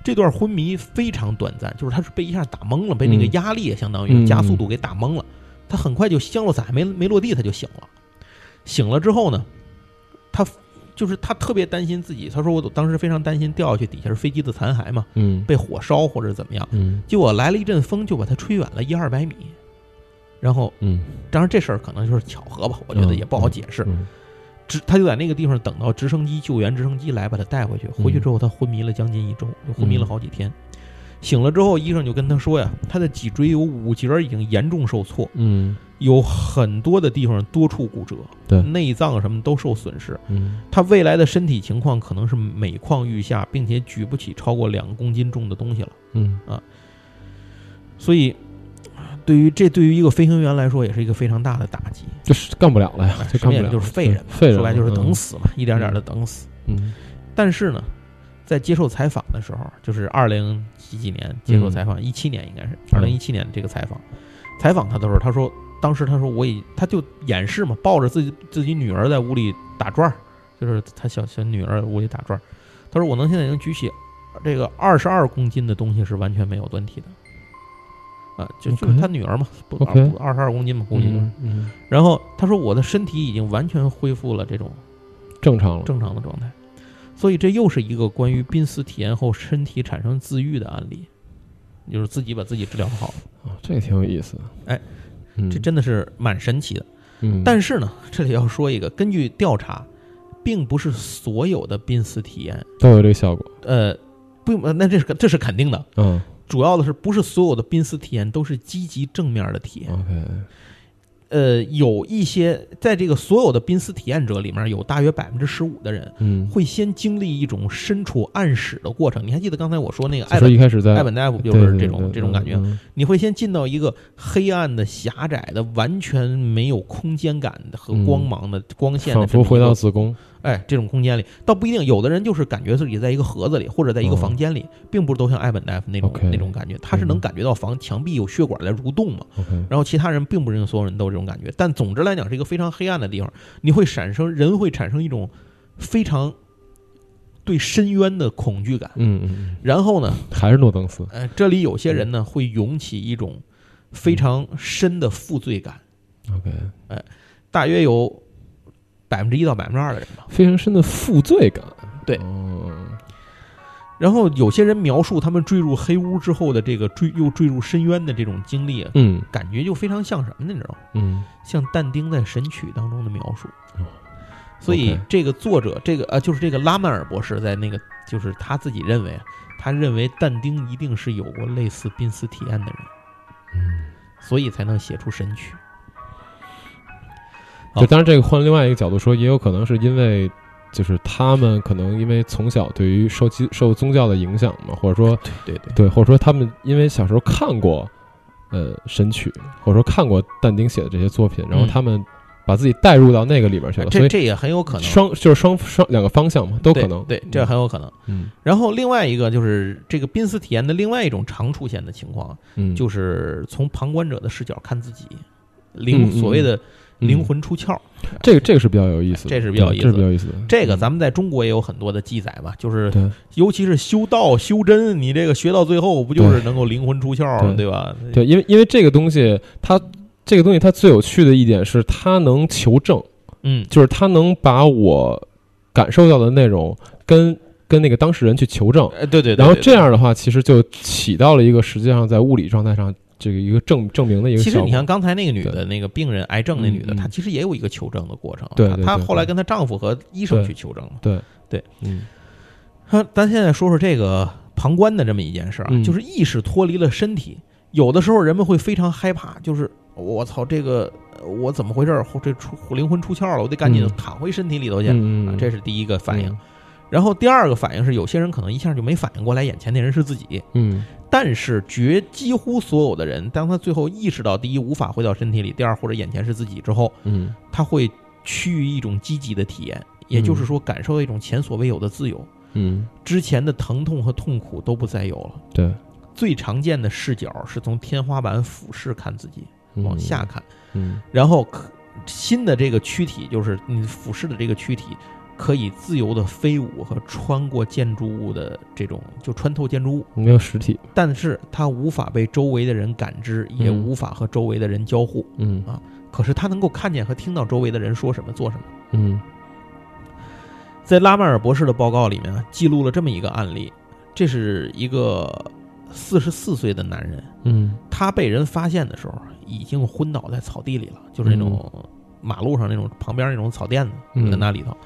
Speaker 1: 这段昏迷非常短暂，就是他是被一下打懵了，被那个
Speaker 2: 嗯
Speaker 1: 压力也相当于
Speaker 2: 嗯
Speaker 1: 加速度给打懵了，他很快就降落伞还没没落地，他就醒了。醒了之后呢，他就是他特别担心自己，他说我当时非常担心掉下去底下是飞机的残骸嘛，
Speaker 2: 嗯
Speaker 1: 被火烧或者怎么样。
Speaker 2: 嗯
Speaker 1: 结果来了一阵风，就把他吹远了一二百米。然后，
Speaker 2: 嗯，
Speaker 1: 当然这事儿可能就是巧合吧，我觉得也不好解释。
Speaker 2: 嗯
Speaker 1: 直他就在那个地方等到直升机救援直升机来把他带回去。回去之后，他昏迷了将近一周，就昏迷了好几天。醒了之后，医生就跟他说呀，他的脊椎有五节儿已经严重受挫，
Speaker 2: 嗯
Speaker 1: 有很多的地方多处骨折，
Speaker 2: 对
Speaker 1: 内脏啊什么都受损失。
Speaker 2: 嗯
Speaker 1: 他未来的身体情况可能是每况愈下，并且举不起超过两公斤重的东西了。
Speaker 2: 嗯
Speaker 1: 所以，对于这对于一个飞行员来说，也是一个非常大的打击。
Speaker 2: 就是干不了了呀，就
Speaker 1: 哎什
Speaker 2: 干
Speaker 1: 么
Speaker 2: 不
Speaker 1: 也
Speaker 2: 了，
Speaker 1: 就是废人嘛，
Speaker 2: 废人，
Speaker 1: 说白就是等。死嘛，一点点的等死。
Speaker 2: 嗯
Speaker 1: 但是呢，在接受采访的时候，就是二零几几年接受
Speaker 2: 嗯
Speaker 1: 采访，一七、年应该是二零一七年这个采访，采访他的时候，他说当时他说我已他就掩饰嘛，抱着自己自己女儿在屋里打转儿，就是他小小女儿在屋里打转儿，他说我能现在已经举起这个二十二公斤的东西是完全没有问题的。啊，就就是他女儿嘛，不
Speaker 2: OK
Speaker 1: 二十二公斤嘛，估计就是。
Speaker 2: 嗯嗯，
Speaker 1: 然后他说：“我的身体已经完全恢复了这种
Speaker 2: 正常了。
Speaker 1: 嗯正常的状态。所以这又是一个关于濒死体验后身体
Speaker 2: 嗯
Speaker 1: 产
Speaker 2: 啊
Speaker 1: 生自愈的案例，就是自己把自己治疗好。
Speaker 2: 这个挺有意思的。嗯
Speaker 1: 哎这真的是蛮神奇的。
Speaker 2: 嗯，
Speaker 1: 但是呢，这里要说一个，根据调查，并不是所有的濒死体验，
Speaker 2: 都有这个效果，
Speaker 1: 呃，不，呃那这是这是肯定的。
Speaker 2: 嗯
Speaker 1: 主要的是，不是所有的濒死体验都是积极正面的体验。
Speaker 2: 嗯，OK，
Speaker 1: 呃，有一些在这个所有的濒死体验者里面，有大约百分之十五的人
Speaker 2: 嗯，
Speaker 1: 会先经历一种身处暗室的过程。你还记得刚才我说那个
Speaker 2: 就
Speaker 1: 艾
Speaker 2: 说一
Speaker 1: 本
Speaker 2: 开始在
Speaker 1: 艾本戴夫就
Speaker 2: 呃对
Speaker 1: 是
Speaker 2: 对
Speaker 1: 这
Speaker 2: 对
Speaker 1: 种
Speaker 2: 对
Speaker 1: 这种感觉，
Speaker 2: 嗯
Speaker 1: 你会先进到一个黑暗的、狭窄的、完全没有空间感的和光芒的、光线的
Speaker 2: 嗯仿
Speaker 1: 这么一个，
Speaker 2: 佛回到子宫，
Speaker 1: 哎这种空间里，倒不一定。有的人就是感觉自己在一个盒子里，或者在一个
Speaker 2: 哦
Speaker 1: 房间里，并不是都像艾本戴夫那种
Speaker 2: OK 嗯
Speaker 1: 那种感觉，他是能感觉到房墙壁有血管在蠕动嘛。
Speaker 2: OK，
Speaker 1: 然后其他人并不是所有人都有这种感觉，但总之来讲是一个非常黑暗的地方，你会产生人会产生一种非常对深渊的恐惧感。
Speaker 2: 嗯嗯，
Speaker 1: 然后呢，
Speaker 2: 嗯还是诺登斯，
Speaker 1: 呃，这里有些人呢会涌起一种非常深的负罪感，
Speaker 2: OK，
Speaker 1: 大约有百分之一到百分之二的人吧。
Speaker 2: 非常深的负罪感，
Speaker 1: 对
Speaker 2: 哦，
Speaker 1: 然后有些人描述他们坠入黑屋之后的这个坠又坠入深渊的这种经历啊，
Speaker 2: 嗯
Speaker 1: 感觉就非常像什么呢？你知道吗？
Speaker 2: 嗯，
Speaker 1: 像但丁在《神曲》当中的描述
Speaker 2: 哦。
Speaker 1: 所以
Speaker 2: OK
Speaker 1: 这个作者，这个呃，就是这个拉曼尔博士在那个，就是他自己认为，啊他认为但丁一定是有过类似濒死体验的人，
Speaker 2: 嗯
Speaker 1: 所以才能写出《神曲》。好
Speaker 2: 就当然，这个换另外一个角度说，也有可能是因为，就是他们可能因为从小对于受基受宗教的影响嘛，或者说
Speaker 1: 对对对，
Speaker 2: 对，或者说他们因为小时候看过，呃，神曲，或者说看过但丁写的这些作品，然后
Speaker 1: 嗯啊
Speaker 2: 他们把自己带入到那个里边去了，所
Speaker 1: 这
Speaker 2: 以
Speaker 1: 这也很有可能，
Speaker 2: 双就是双双两个方向嘛，都可能
Speaker 1: 对，对这很有可能。
Speaker 2: 嗯
Speaker 1: 然后另外一个就是这个濒死体验的另外一种常出现的情况，
Speaker 2: 嗯，
Speaker 1: 就是从旁观者的视角看自己，灵
Speaker 2: 嗯嗯
Speaker 1: 所谓的
Speaker 2: 嗯
Speaker 1: 灵魂出窍。
Speaker 2: 这个这个是比较有意思的，
Speaker 1: 这是比较
Speaker 2: 对
Speaker 1: 有意
Speaker 2: 这是
Speaker 1: 思
Speaker 2: 比较有意思的。
Speaker 1: 这个咱们在中国也有很多的记载嘛，就是
Speaker 2: 嗯对
Speaker 1: 尤其是修道修真，你这个学到最后不就是能够灵魂出窍，
Speaker 2: 对
Speaker 1: 对吧？
Speaker 2: 对，因为因为这个东西它。这个东西它最有趣的一点是，它能求证，
Speaker 1: 嗯，
Speaker 2: 就是他能把我感受到的内容跟跟那个当事人去求证，
Speaker 1: 呃，对对对。
Speaker 2: 然后
Speaker 1: 对
Speaker 2: 这，样的话，其实就起到了一个实际上在物理状态上这个一个证证明的一
Speaker 1: 对
Speaker 2: 个
Speaker 1: 其实
Speaker 2: 效
Speaker 1: 你看
Speaker 2: 果。
Speaker 1: 刚才那个女的
Speaker 2: 对
Speaker 1: 那个病人，癌症那女
Speaker 2: 嗯
Speaker 1: 的，
Speaker 2: 嗯
Speaker 1: 她其实也有一个求证的过程。啊
Speaker 2: 对
Speaker 1: 她
Speaker 2: 对
Speaker 1: 她
Speaker 2: 对
Speaker 1: 后来跟她丈夫和医生
Speaker 2: 对
Speaker 1: 去求证嘛。
Speaker 2: 对
Speaker 1: 对，
Speaker 2: 嗯
Speaker 1: 她咱现在说说这个旁观的这么一件事儿啊，
Speaker 2: 嗯
Speaker 1: 就是意识脱离了身体，有的时候人们会非常害怕，就是我操这个呃我怎么回事儿？或这出灵魂出窍了，我得赶紧
Speaker 2: 嗯
Speaker 1: 躺回身体里头去。
Speaker 2: 嗯
Speaker 1: 啊
Speaker 2: 嗯，
Speaker 1: 这是第一个反应。然后第二个反应是，有些人可能一下就没反应过来，眼前那人是自己。
Speaker 2: 嗯
Speaker 1: 但是绝几乎所有的人，当他最后意识到第一无法回到身体里，第二或者眼前是自己之后，
Speaker 2: 嗯
Speaker 1: 他会趋于一种积极的体验，也就是说，感受到一种前所未有的自由，
Speaker 2: 嗯，
Speaker 1: 之前的疼痛和痛苦都不再有了。
Speaker 2: 对，
Speaker 1: 最常见的视角是从天花板俯视看自己，
Speaker 2: 嗯
Speaker 1: 往下，看，
Speaker 2: 嗯
Speaker 1: 然后可新的这个躯体，就是你俯视的这个躯体，可以自由的飞舞和穿过建筑物的这种，就穿透建筑物，
Speaker 2: 没有实体，
Speaker 1: 但是它无法被周围的人感知，也
Speaker 2: 嗯
Speaker 1: 无法和周围的人交互。
Speaker 2: 嗯
Speaker 1: 可是它能够看见和听到周围的人说什么、做什么。
Speaker 2: 嗯
Speaker 1: 在拉曼尔博士的报告里面啊记录了这么一个案例，这是一个四十四岁的男人，
Speaker 2: 嗯
Speaker 1: 他被人发现的时候已经昏倒在草地里了，就是那种马路上那种旁边那种草垫子，
Speaker 2: 嗯
Speaker 1: 在那里头。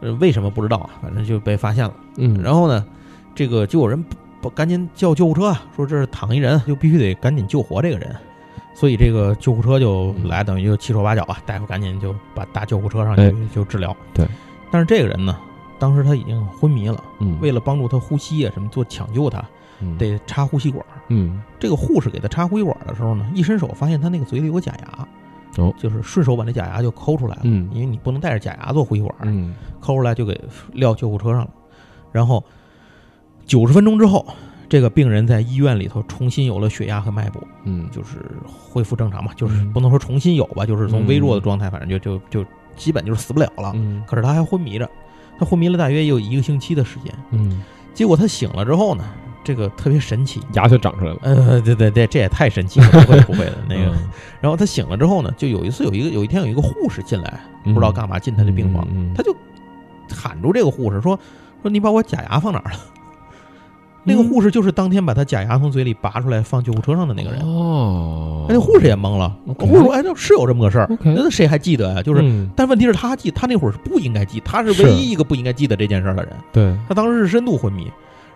Speaker 1: 呃，为什么不知道啊？反正就被发现了。
Speaker 2: 嗯，
Speaker 1: 然后呢，这个就有人不不赶紧叫救护车啊，说这是躺一人，就必须得赶紧救活这个人。所以这个救护车就来，等于就七手八脚吧，大夫赶紧就把搭救护车上
Speaker 2: 嗯哎
Speaker 1: 去就治疗。
Speaker 2: 对，
Speaker 1: 但是这个人呢，当时他已经昏迷了，
Speaker 2: 嗯
Speaker 1: 为了帮助他呼吸啊什么做抢救他，
Speaker 2: 对
Speaker 1: 得插呼吸管。
Speaker 2: 嗯
Speaker 1: 这个护士给他插呼吸管的时候呢，一伸手发现他那个嘴里有个假牙，
Speaker 2: 哦
Speaker 1: 就是顺手把那假牙就抠出来了，
Speaker 2: 嗯
Speaker 1: 因为你不能带着假牙做呼吸管，
Speaker 2: 嗯
Speaker 1: 抠出来就给撂救护车上了。然后九十分钟之后，这个病人在医院里头重新有了血压和脉搏，
Speaker 2: 嗯
Speaker 1: 就是恢复正常嘛，就是
Speaker 2: 嗯
Speaker 1: 不能说重新有吧，就是
Speaker 2: 嗯
Speaker 1: 从微弱的状态，反正就就就基本就是死不了了。
Speaker 2: 嗯
Speaker 1: 可是他还昏迷着，他昏迷了大约有一个星期的时间。
Speaker 2: 嗯，
Speaker 1: 结果他醒了之后呢，这个特别神奇，
Speaker 2: 牙就长出来了， (laughs)
Speaker 1: 呃，对对对，这也太神奇了，不会不会的那
Speaker 2: 嗯
Speaker 1: 个。然后他醒了之后呢，就有一次有一个有一天有一个护士进来，不知道干嘛进他的病房，
Speaker 2: 嗯
Speaker 1: 他就喊住这个护士说说你把我假牙放哪儿了？那
Speaker 2: 嗯
Speaker 1: 个护士就是当天把他假牙从嘴里拔出来放救护车上的那个人。
Speaker 2: 哦，
Speaker 1: 哎，那护士也懵了，
Speaker 2: OK
Speaker 1: 护士说：“哎，那是有这么个事儿，
Speaker 2: OK
Speaker 1: 那谁还记得呀、就是，
Speaker 2: 嗯
Speaker 1: 但问题是他记，他那会儿是不应该记，他是
Speaker 2: 是
Speaker 1: 唯一一个不应该记得这件事儿的人。
Speaker 2: 对，
Speaker 1: 他当时是深度昏迷。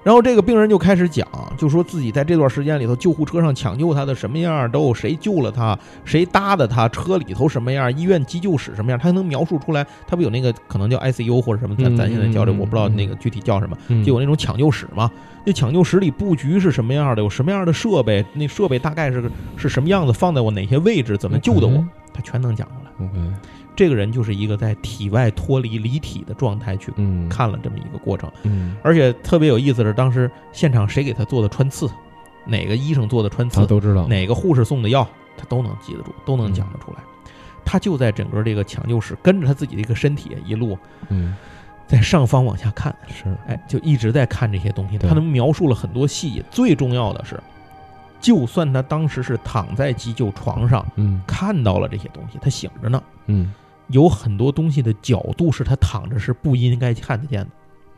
Speaker 1: 然后这个病人就开始讲，就说自己在这段时间里头，救护车上抢救他的什么样，都有谁救了他，谁搭的他，车里头什么样，医院急救室什么样，他能描述出来。他不有那个可能叫 ICU 或者什么，咱咱现在叫这，
Speaker 2: 嗯嗯嗯
Speaker 1: 我不知道那个具体叫什么，
Speaker 2: 嗯
Speaker 1: 就有那种抢救室嘛。那抢救室里布局是什么样的，有什么样的设备，那设备大概是是什么样子，放在我哪些位置，怎么救的
Speaker 2: 嗯
Speaker 1: 我，他全能讲出来。
Speaker 2: ？OK，
Speaker 1: 这个人就是一个在体外脱离离体的状态去
Speaker 2: 嗯，，
Speaker 1: 看了这么一个过程。
Speaker 2: 嗯，
Speaker 1: 而且特别有意思的是，当时现场谁给他做的穿刺，哪个医生做的穿
Speaker 2: 他
Speaker 1: 刺，
Speaker 2: 都知道，
Speaker 1: 哪个护士送的药，他都能记得住，都能
Speaker 2: 嗯
Speaker 1: 讲得出来。他就在整个这个抢救室，跟着他自己的一个身体一路
Speaker 2: 嗯，
Speaker 1: 在上方往下看，
Speaker 2: 是，
Speaker 1: 哎，就一直在看这些东西。
Speaker 2: 嗯对
Speaker 1: 他能描述了很多细节，最重要的是，就算他当时是躺在急救床上
Speaker 2: 嗯
Speaker 1: 看到了这些东西，他醒着呢，
Speaker 2: 嗯
Speaker 1: 有很多东西的角度是他躺着是不应该看得见的。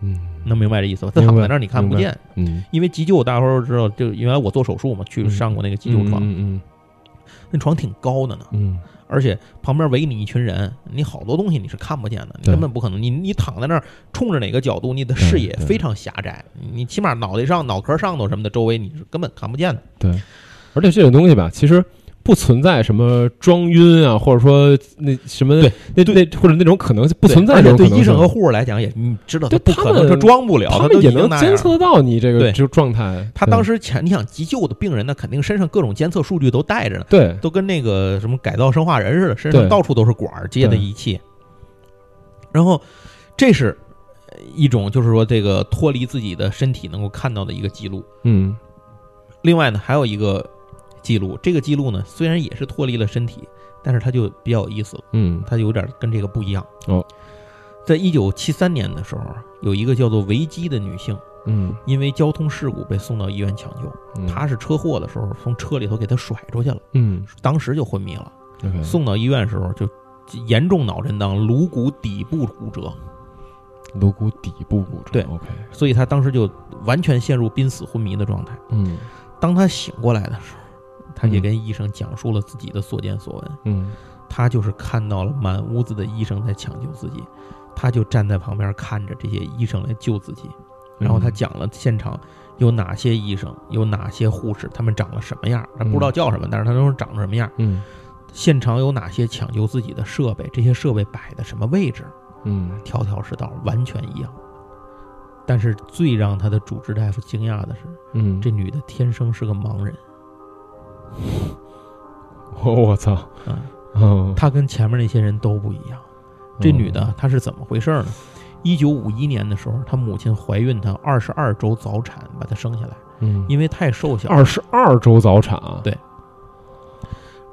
Speaker 2: 嗯
Speaker 1: 能明白这意思吧？他
Speaker 2: 明白
Speaker 1: 躺在那儿你看不
Speaker 2: 明白
Speaker 1: 见，
Speaker 2: 嗯，
Speaker 1: 因为急救，大家伙都知道，就原来我做手术嘛，去
Speaker 2: 嗯
Speaker 1: 上过那个急救床，
Speaker 2: 嗯
Speaker 1: 那床挺高的呢，
Speaker 2: 嗯
Speaker 1: 而且旁边围你一群人，你好多东西你是看不见的，你
Speaker 2: 对
Speaker 1: 根本不可能，你你躺在那儿，冲着哪个角度，你的视野
Speaker 2: 对对
Speaker 1: 非常狭窄，你起码脑袋上、脑壳上头什么的，周围你是根本看不见的。
Speaker 2: 对，而且这种东西吧，其实。不存在什么装晕啊，或者说那什么
Speaker 1: 对
Speaker 2: 那那或者那种可能性不
Speaker 1: 对
Speaker 2: 存在
Speaker 1: 而
Speaker 2: 这
Speaker 1: 且
Speaker 2: 种
Speaker 1: 对
Speaker 2: 可能
Speaker 1: 医生
Speaker 2: 性
Speaker 1: 和护士来讲，也你知道
Speaker 2: 对
Speaker 1: 他不
Speaker 2: 他
Speaker 1: 可能，
Speaker 2: 们
Speaker 1: 他装不了，
Speaker 2: 他
Speaker 1: 都
Speaker 2: 们也
Speaker 1: 已经
Speaker 2: 能
Speaker 1: 那
Speaker 2: 监
Speaker 1: 样了。
Speaker 2: 测到你这
Speaker 1: 对
Speaker 2: 个这个状态。
Speaker 1: 他当时前，你想急救的病人呢，肯定身上各种监测数据都带着呢，
Speaker 2: 对对
Speaker 1: 都跟那个什么改造生化人似的，身上
Speaker 2: 对
Speaker 1: 到处都是管儿接的
Speaker 2: 对
Speaker 1: 仪器。然后，这是呃一种就是说这个脱离自己的身体能够看到的一个记录。
Speaker 2: 嗯
Speaker 1: 另外呢，还有一个记录，这个记录呢虽然也是脱离了身体，但是它就比较有意思了，
Speaker 2: 嗯
Speaker 1: 它有点跟这个不一样
Speaker 2: 哦。
Speaker 1: 在一九七三年的时候，有一个叫做维基的女性，
Speaker 2: 嗯，
Speaker 1: 因为交通事故被送到医院抢救，
Speaker 2: 嗯
Speaker 1: 她是车祸的时候从车里头给她甩出去了，
Speaker 2: 嗯
Speaker 1: 当时就昏迷了。
Speaker 2: ，OK，
Speaker 1: 送到医院的时候就严重脑震荡，颅骨底部骨折，
Speaker 2: 颅骨底部骨折。
Speaker 1: 对
Speaker 2: ，OK，
Speaker 1: 所以他当时就完全陷入濒死昏迷的状态。
Speaker 2: 嗯
Speaker 1: 当他醒过来的时候，他也
Speaker 2: 嗯
Speaker 1: 跟医生讲述了自己的所见所闻。
Speaker 2: 嗯
Speaker 1: 他就是看到了满屋子的医生在抢救自己，他就站在旁边看着这些医生来救自己。然后他
Speaker 2: 嗯
Speaker 1: 讲了现场有哪些医生，有哪些护士，他们长了什么样，他不知道叫什么，但是他都是长什么样。
Speaker 2: 嗯
Speaker 1: 现场有哪些抢救自己的设备，这些设备摆的什么位置，
Speaker 2: 嗯
Speaker 1: 条条是道，完全一样。但是最让他的主治大夫惊讶的是，
Speaker 2: 嗯，
Speaker 1: 这女的天生是个盲人
Speaker 2: 我我操，
Speaker 1: 啊，
Speaker 2: 嗯，
Speaker 1: 她跟前面那些人都不一样。这女的她是怎么回事呢？一九五一年的时候，她母亲怀孕她二十二周早产，把她生下来，
Speaker 2: 嗯，
Speaker 1: 因为太瘦小。
Speaker 2: 二十二周早产啊，
Speaker 1: 对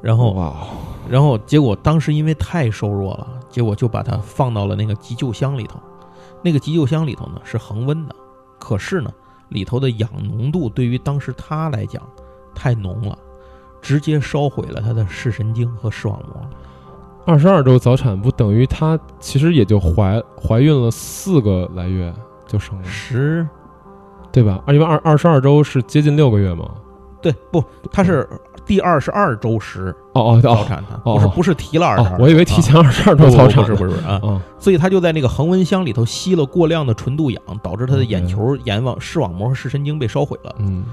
Speaker 1: 然后，
Speaker 2: 哇，
Speaker 1: 然后结果当时因为太瘦弱了，结果就把她放到了那个急救箱里头。那个急救箱里头呢是恒温的，可是呢里头的氧浓度对于当时她来讲太浓了，直接烧毁了她的视神经和视网膜。
Speaker 2: 二十二周早产不等于她其实也就怀怀孕了四个来月就生了，
Speaker 1: 十
Speaker 2: 对吧？因为二二十二周是接近六个月嘛。
Speaker 1: 对不，她是第二十二周时
Speaker 2: 哦哦
Speaker 1: 早
Speaker 2: 哦
Speaker 1: 产的，
Speaker 2: 哦
Speaker 1: 不是
Speaker 2: 哦
Speaker 1: 不是提了二十
Speaker 2: 哦
Speaker 1: 二，，
Speaker 2: 我以为提前二十二
Speaker 1: 啊。
Speaker 2: 周
Speaker 1: 不
Speaker 2: 早产
Speaker 1: 不
Speaker 2: 呢，
Speaker 1: 是不是不是啊，
Speaker 2: 啊，
Speaker 1: 所以她就在那个恒温箱里头吸了过量的纯度氧，导致她的眼球、眼网、视网膜和视神经被烧毁了。
Speaker 2: 嗯，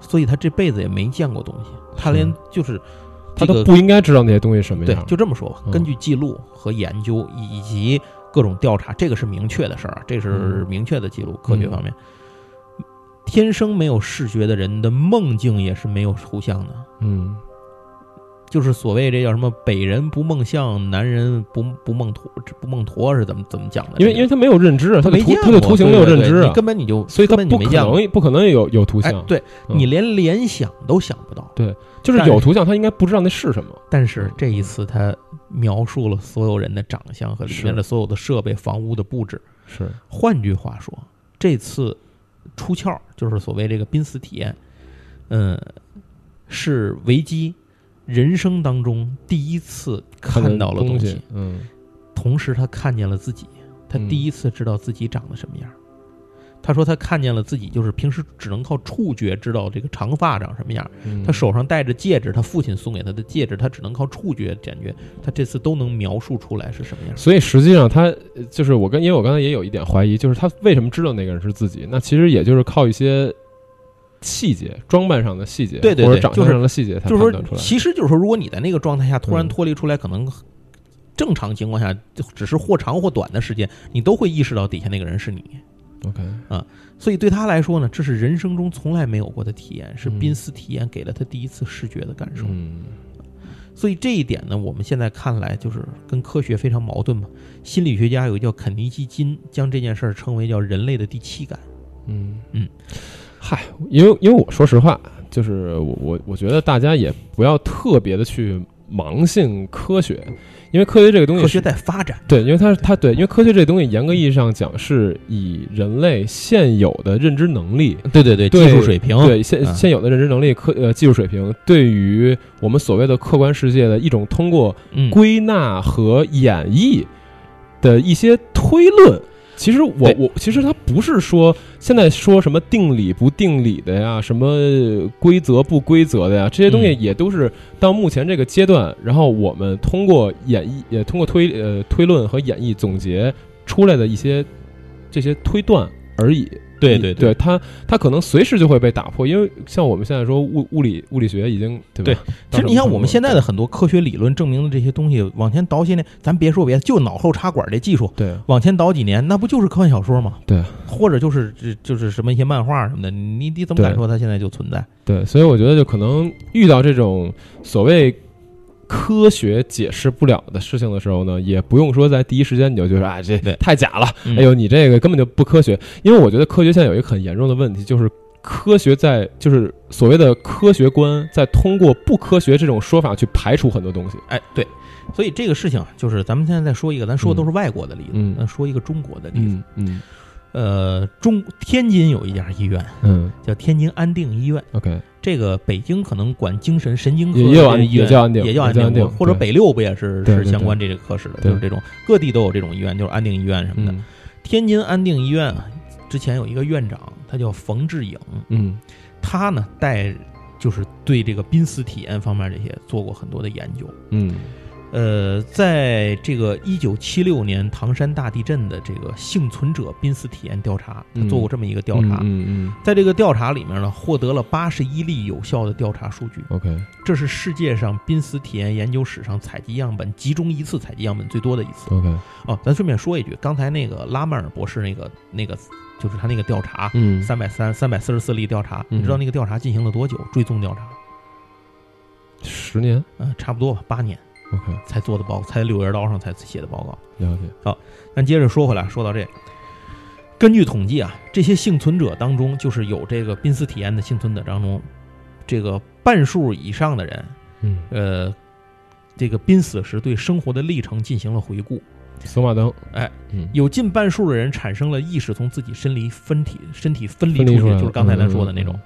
Speaker 1: 所以他这辈子也没见过东西，他连就是
Speaker 2: 他
Speaker 1: 这
Speaker 2: 都
Speaker 1: 个
Speaker 2: 不应该知道那些东西什么
Speaker 1: 对
Speaker 2: 样，，
Speaker 1: 就这么说吧。
Speaker 2: 嗯
Speaker 1: 根据记录和研究以及各种调查，这个是明确的事儿啊，这
Speaker 2: 嗯
Speaker 1: 是明确的记录，科学方面。天生没有视觉的人的梦境也是没有图像的，
Speaker 2: 嗯
Speaker 1: 就是所谓这叫什么“北人不梦相，南人不不梦驼”，这不梦驼是怎么怎么讲的？
Speaker 2: 因为因为他没有认知啊，
Speaker 1: 他
Speaker 2: 的
Speaker 1: 没
Speaker 2: 图
Speaker 1: 见
Speaker 2: 他的
Speaker 1: 过
Speaker 2: 图形没
Speaker 1: 对
Speaker 2: 有
Speaker 1: 对
Speaker 2: 认
Speaker 1: 对
Speaker 2: 知啊
Speaker 1: 你，根本你就
Speaker 2: 所以他
Speaker 1: 根本你
Speaker 2: 不
Speaker 1: 没
Speaker 2: 可
Speaker 1: 见过
Speaker 2: 能不可能有有图
Speaker 1: 哎，
Speaker 2: 像，
Speaker 1: 对
Speaker 2: 嗯
Speaker 1: 你连联想都想不到。
Speaker 2: 就是
Speaker 1: 但
Speaker 2: 有
Speaker 1: 是
Speaker 2: 图像他应该不知道那是什么，
Speaker 1: 但是这一次，他描述了所有人的长相和里面的所有的设备、房屋的布置。
Speaker 2: 是
Speaker 1: 换句话说，这次出窍就是所谓这个濒死体验，嗯，是维基人生当中第一次看到了
Speaker 2: 东
Speaker 1: 东西，
Speaker 2: 西，嗯
Speaker 1: 同时他看见了自己，他
Speaker 2: 嗯
Speaker 1: 第一次知道自己长得什么样。他说他看见了自己，就是平时只能靠触觉知道这个长发长什么样。
Speaker 2: 嗯
Speaker 1: 他手上戴着戒指，他父亲送给他的戒指，他只能靠触觉感觉。他这次都能描述出来是什么样。
Speaker 2: 所以实际上他呃就是我跟，因为我刚才也有一点怀疑，就是他为什么知道那个人是自己？那其实也就是靠一些细节、装扮上的细节，
Speaker 1: 对对对
Speaker 2: 或者长相
Speaker 1: 就是
Speaker 2: 上的细节才
Speaker 1: 就
Speaker 2: 判
Speaker 1: 是
Speaker 2: 断出
Speaker 1: 说，
Speaker 2: 来。
Speaker 1: 其实就是说，如果你在那个状态下突然
Speaker 2: 嗯
Speaker 1: 脱离出来，可能正常情况下就只是或长或短的时间，你都会意识到底下那个人是你。
Speaker 2: OK，
Speaker 1: 所以对他来说呢，这是人生中从来没有过的体验，是
Speaker 2: 嗯
Speaker 1: 濒死体验给了他第一次视觉的感受。
Speaker 2: 嗯，
Speaker 1: 所以这一点呢，我们现在看来就是跟科学非常矛盾嘛。心理学家有一个叫肯尼基金，将这件事儿称为叫人类的第七感。
Speaker 2: 嗯
Speaker 1: 嗯，
Speaker 2: 嗨，因为因为我说实话，就是我我我觉得大家也不要特别的去盲信科学，因为科学这个东西
Speaker 1: 科
Speaker 2: 是
Speaker 1: 学在发展，
Speaker 2: 对，因为它是它对，因为科学这东西严格意义上讲是以人类现有的认知能力，
Speaker 1: 对对对，技术水平，
Speaker 2: 对现
Speaker 1: 啊
Speaker 2: 现有的认知能力科呃技术水平，对于我们所谓的客观世界的一种通过
Speaker 1: 嗯，
Speaker 2: 归纳和演绎的一些推论。其实我
Speaker 1: 对
Speaker 2: 我其实它不是说现在说什么定理不定理的呀，什么规则不规则的呀，这些东西
Speaker 1: 嗯
Speaker 2: 也都是到目前这个阶段，然后我们通过演绎，也通过推呃推论和演绎总结出来的一些这些推断而已。
Speaker 1: 对
Speaker 2: 你
Speaker 1: 对
Speaker 2: 对，它它可能随时就会被打破，因为像我们现在说物物理物理学已经对吧？
Speaker 1: 其实你像我们现在
Speaker 2: 的
Speaker 1: 的很多科学理论证明的这些东西，往前倒些年，咱别说别的，就脑后插管这技术，
Speaker 2: 对
Speaker 1: 往前倒几年，那不就是科幻小说吗？
Speaker 2: 对，
Speaker 1: 或者就是这就是什么一些漫画什么的，你你怎么敢
Speaker 2: 对
Speaker 1: 说它现在就存在？
Speaker 2: 对，所以我觉得就可能遇到这种所谓科学解释不了的事情的时候呢，也不用说在第一时间你就觉得啊这
Speaker 1: 对
Speaker 2: 太假了，
Speaker 1: 嗯
Speaker 2: 哎呦你这个根本就不科学，因为我觉得科学现在有一个很严重的问题，就是科学在就是所谓的科学观在通过不科学这种说法去排除很多东西。
Speaker 1: 哎，对，所以这个事情啊，就是咱们现在再说一个，咱说的都是外国的例子，
Speaker 2: 嗯
Speaker 1: 那说一个中国的例子。
Speaker 2: 嗯
Speaker 1: 呃，中天津有一家医院
Speaker 2: 嗯
Speaker 1: 叫天津安定医院，
Speaker 2: ，OK，
Speaker 1: 这个北京可能管精神神经科
Speaker 2: 也也有
Speaker 1: 这个
Speaker 2: 安
Speaker 1: 医院
Speaker 2: 也叫安定
Speaker 1: 也叫
Speaker 2: 也
Speaker 1: 安
Speaker 2: 叫安定
Speaker 1: 或者
Speaker 2: 对
Speaker 1: 北六不也是
Speaker 2: 对对
Speaker 1: 是相
Speaker 2: 对
Speaker 1: 关这个科室的，
Speaker 2: 对
Speaker 1: 就是这种各地都有这种医院，就是安定医院什么的。
Speaker 2: 嗯
Speaker 1: 天津安定医院啊，之前有一个院长，他叫冯志颖，
Speaker 2: 嗯
Speaker 1: 他呢带就是对这个濒死体验方面这些做过很多的研究。
Speaker 2: 嗯
Speaker 1: 呃，在这个一九七六年唐山大地震的这个幸存者濒死体验调查，他
Speaker 2: 嗯
Speaker 1: 做过这么一个调查，
Speaker 2: 嗯嗯
Speaker 1: 在这个调查里面呢，获得了八十一例有效的调查数据，
Speaker 2: 嗯，OK，
Speaker 1: 这是世界上濒死体验研究史上采集样本集中一次采集样本最多的一次。
Speaker 2: OK，
Speaker 1: 哦，咱顺便说一句，刚才那个拉曼尔博士那个那个就是他那个调查，
Speaker 2: 嗯
Speaker 1: 三百三三百四十四例调查，
Speaker 2: 嗯
Speaker 1: 你知道那个调查进行了多久？追踪调查，
Speaker 2: 十年
Speaker 1: 呃，差不多吧，八年
Speaker 2: ，OK，
Speaker 1: 才做的报，才柳叶刀上才写的报告。
Speaker 2: 了解，
Speaker 1: 咱接着说回来，说到这，根据统计啊，这些幸存者当中，就是有这个濒死体验的幸存者当中，这个半数以上的人，
Speaker 2: 嗯，
Speaker 1: 呃，这个濒死时对生活的历程进行了回顾，
Speaker 2: 走马灯，
Speaker 1: 哎，
Speaker 2: 嗯，
Speaker 1: 有近半数的人产生了意识从自己身离分体身体分离
Speaker 2: 分
Speaker 1: 出
Speaker 2: 离
Speaker 1: 去，
Speaker 2: 出来
Speaker 1: 就是刚才咱说的那种
Speaker 2: 嗯，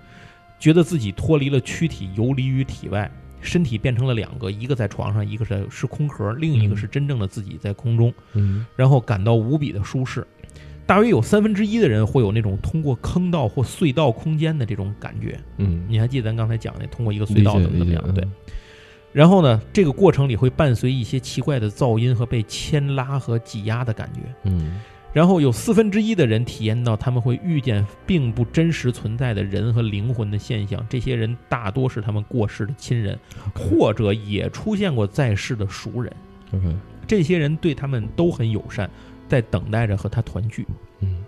Speaker 1: 觉得自己脱离了躯体，游离于体外。身体变成了两个，一个在床上，一个是是空壳，另一个
Speaker 2: 嗯
Speaker 1: 是真正的自己在空中。
Speaker 2: 嗯
Speaker 1: 然后感到无比的舒适。大约有三分之一的人会有那种通过坑道或隧道空间的这种感觉。
Speaker 2: 嗯，
Speaker 1: 你还记得咱刚才讲的通过一个隧
Speaker 2: 理
Speaker 1: 道
Speaker 2: 解
Speaker 1: 怎
Speaker 2: 理
Speaker 1: 么怎么
Speaker 2: 解，
Speaker 1: 样？
Speaker 2: 嗯
Speaker 1: 对。，然后呢，这个过程里会伴随一些奇怪的噪音和被牵拉和挤压的感觉。
Speaker 2: 嗯
Speaker 1: 然后有四分之一的人体验到他们会遇见并不真实存在的人和灵魂的现象，这些人大多是他们过世的亲人，或者也出现过在世的熟人。
Speaker 2: ，OK，
Speaker 1: 这些人对他们都很友善，在等待着和他团聚。
Speaker 2: 嗯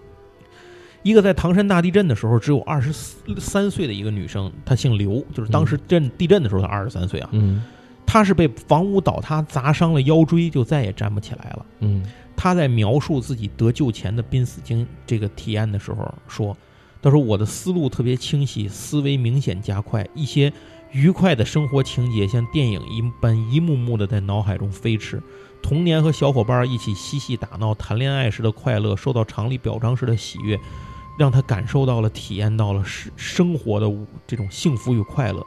Speaker 1: 一个在唐山大地震的时候只有二十三岁的一个女生，她姓刘，就是当时震地震的时候她二十三岁啊，
Speaker 2: 嗯
Speaker 1: 她是被房屋倒塌砸伤了腰椎，就再也站不起来了。
Speaker 2: 嗯
Speaker 1: 她在描述自己得救前的濒死经这个体验的时候说：“她说我的思路特别清晰，思维明显加快，一些愉快的生活情节像电影一般一幕幕的在脑海中飞驰。童年和小伙伴一起嬉戏打闹、谈恋爱时的快乐，受到常理表彰时的喜悦，让她感受到了、体验到了生生活的这种幸福与快乐。”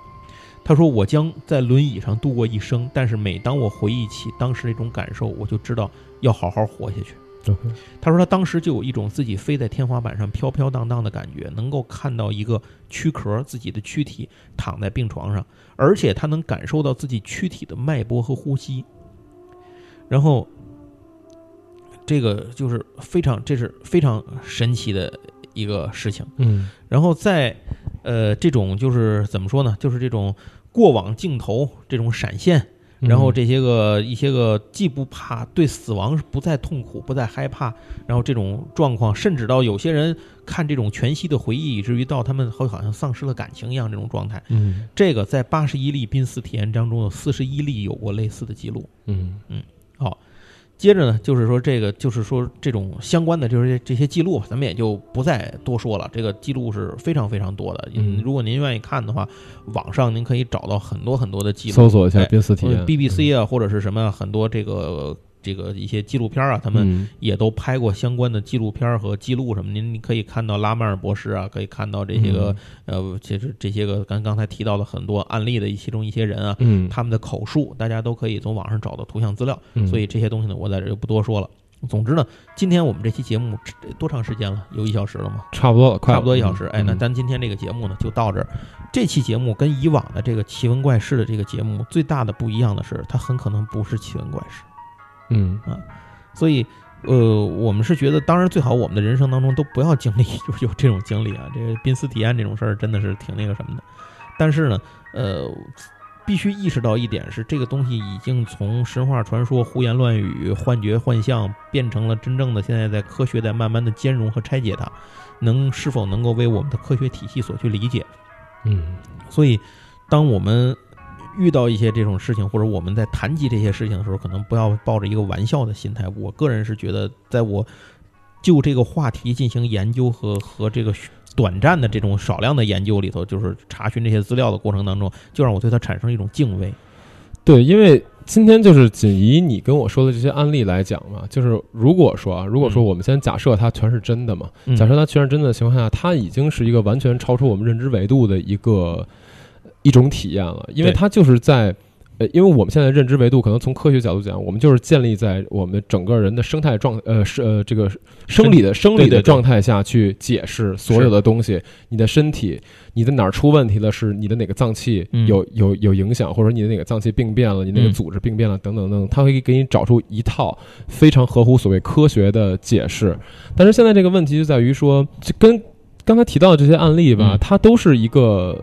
Speaker 1: 她说：“我将在轮椅上度过一生，但是每当我回忆起当时那种感受，我就知道要好好活下去。
Speaker 2: OK，
Speaker 1: 他说他当时就有一种自己飞在天花板上飘飘荡荡的感觉，能够看到一个躯壳，自己的躯体躺在病床上，而且他能感受到自己躯体的脉搏和呼吸。然后，这个就是非常，这是非常神奇的一个事情。
Speaker 2: 嗯
Speaker 1: 然后在呃这种就是怎么说呢，就是这种过往镜头这种闪现，
Speaker 2: 嗯
Speaker 1: 然后这些个一些个既不怕对死亡是不再痛苦、不再害怕，然后这种状况，甚至到有些人看这种全息的回忆，以至于到他们好好像丧失了感情一样这种状态。
Speaker 2: 嗯
Speaker 1: 这个在八十一例濒死体验当中有四十一例有过类似的记录。
Speaker 2: 嗯
Speaker 1: 接着呢，就是说这个，就是说这种相关的，就是这这些记录，咱们也就不再多说了。这个记录是非常非常多的。
Speaker 2: 嗯
Speaker 1: 如果您愿意看的话，网上您可以找到很多很多的记
Speaker 2: 嗯
Speaker 1: 录，
Speaker 2: 搜索一下
Speaker 1: 哎
Speaker 2: 濒死体验嗯
Speaker 1: BBC 啊，或者是什么很多这个这个一些纪录片啊，
Speaker 2: 他
Speaker 1: 他们也都拍过相关的纪录片和记录什么。您可以看到拉曼尔博士啊，可以看到这些个、
Speaker 2: 嗯
Speaker 1: 呃，其实这些个刚刚才提到的很多案例的其中一些人啊，
Speaker 2: 嗯，
Speaker 1: 他们的口述，大家都可以从网上找到图像资料。
Speaker 2: 嗯
Speaker 1: 所以这些东西呢，我在这儿就不多说了。总之呢，今天我们这期节目这多长时间了？有一小时了吗？
Speaker 2: 差不多了，嗯快
Speaker 1: 差不多一小时。哎，那
Speaker 2: 咱
Speaker 1: 咱今天这个节目呢，就到这儿。这期节目跟以往的这个奇闻怪事的这个节目最大的不一样的是，它很可能不是奇闻怪事。
Speaker 2: 嗯
Speaker 1: 所以，呃，我们是觉得，当然最好我们的人生当中都不要经历 (laughs) 有有这种经历啊。这个濒死体验这种事儿真的是挺那个什么的。但是呢，呃，必须意识到一点是，这个东西已经从神话传说、胡言乱语、幻觉、幻象，变成了真正的现在在科学在慢慢的兼容和拆解它，能是否能够为我们的科学体系所去理解？
Speaker 2: 嗯
Speaker 1: 所以，当我们遇到一些这种事情，或者我们在谈及这些事情的时候，可能不要抱着一个玩笑的心态。我个人是觉得，在我就这个话题进行研究和 (laughs) 和这个短暂的这种少量的研究里头，就是查询这些资料的过程当中，就让我对它产生一种敬畏。
Speaker 2: 对，因为今天就是仅以你跟我说的这些案例来讲嘛，就是如果说啊，如果说
Speaker 1: 嗯
Speaker 2: 我们先假设它全是真的嘛，
Speaker 1: 嗯
Speaker 2: 假设它全是真的情况下，它已经是一个完全超出我们认知维度的一个呃一种体验了，因为
Speaker 1: 对
Speaker 2: 它就是在。呃，因为我们现在认知维度，可能从科学角度讲，我们就是建立在我们整个人的生态状，呃，是呃这个生理的生理
Speaker 1: 对对
Speaker 2: 的
Speaker 1: 对
Speaker 2: 状态下去解释所有的东西。你的身体，你的哪儿出问题了？是你的哪个脏器
Speaker 1: 嗯
Speaker 2: 有、有有影响，或者你的哪个脏器病变了，你那个
Speaker 1: 嗯
Speaker 2: 组织病变了，等等等等，它会给你找出一套非常合乎所谓科学的解释。但是现在这个问题就在于说，这跟刚才提到的这些案例吧，
Speaker 1: 嗯
Speaker 2: 它都是一个。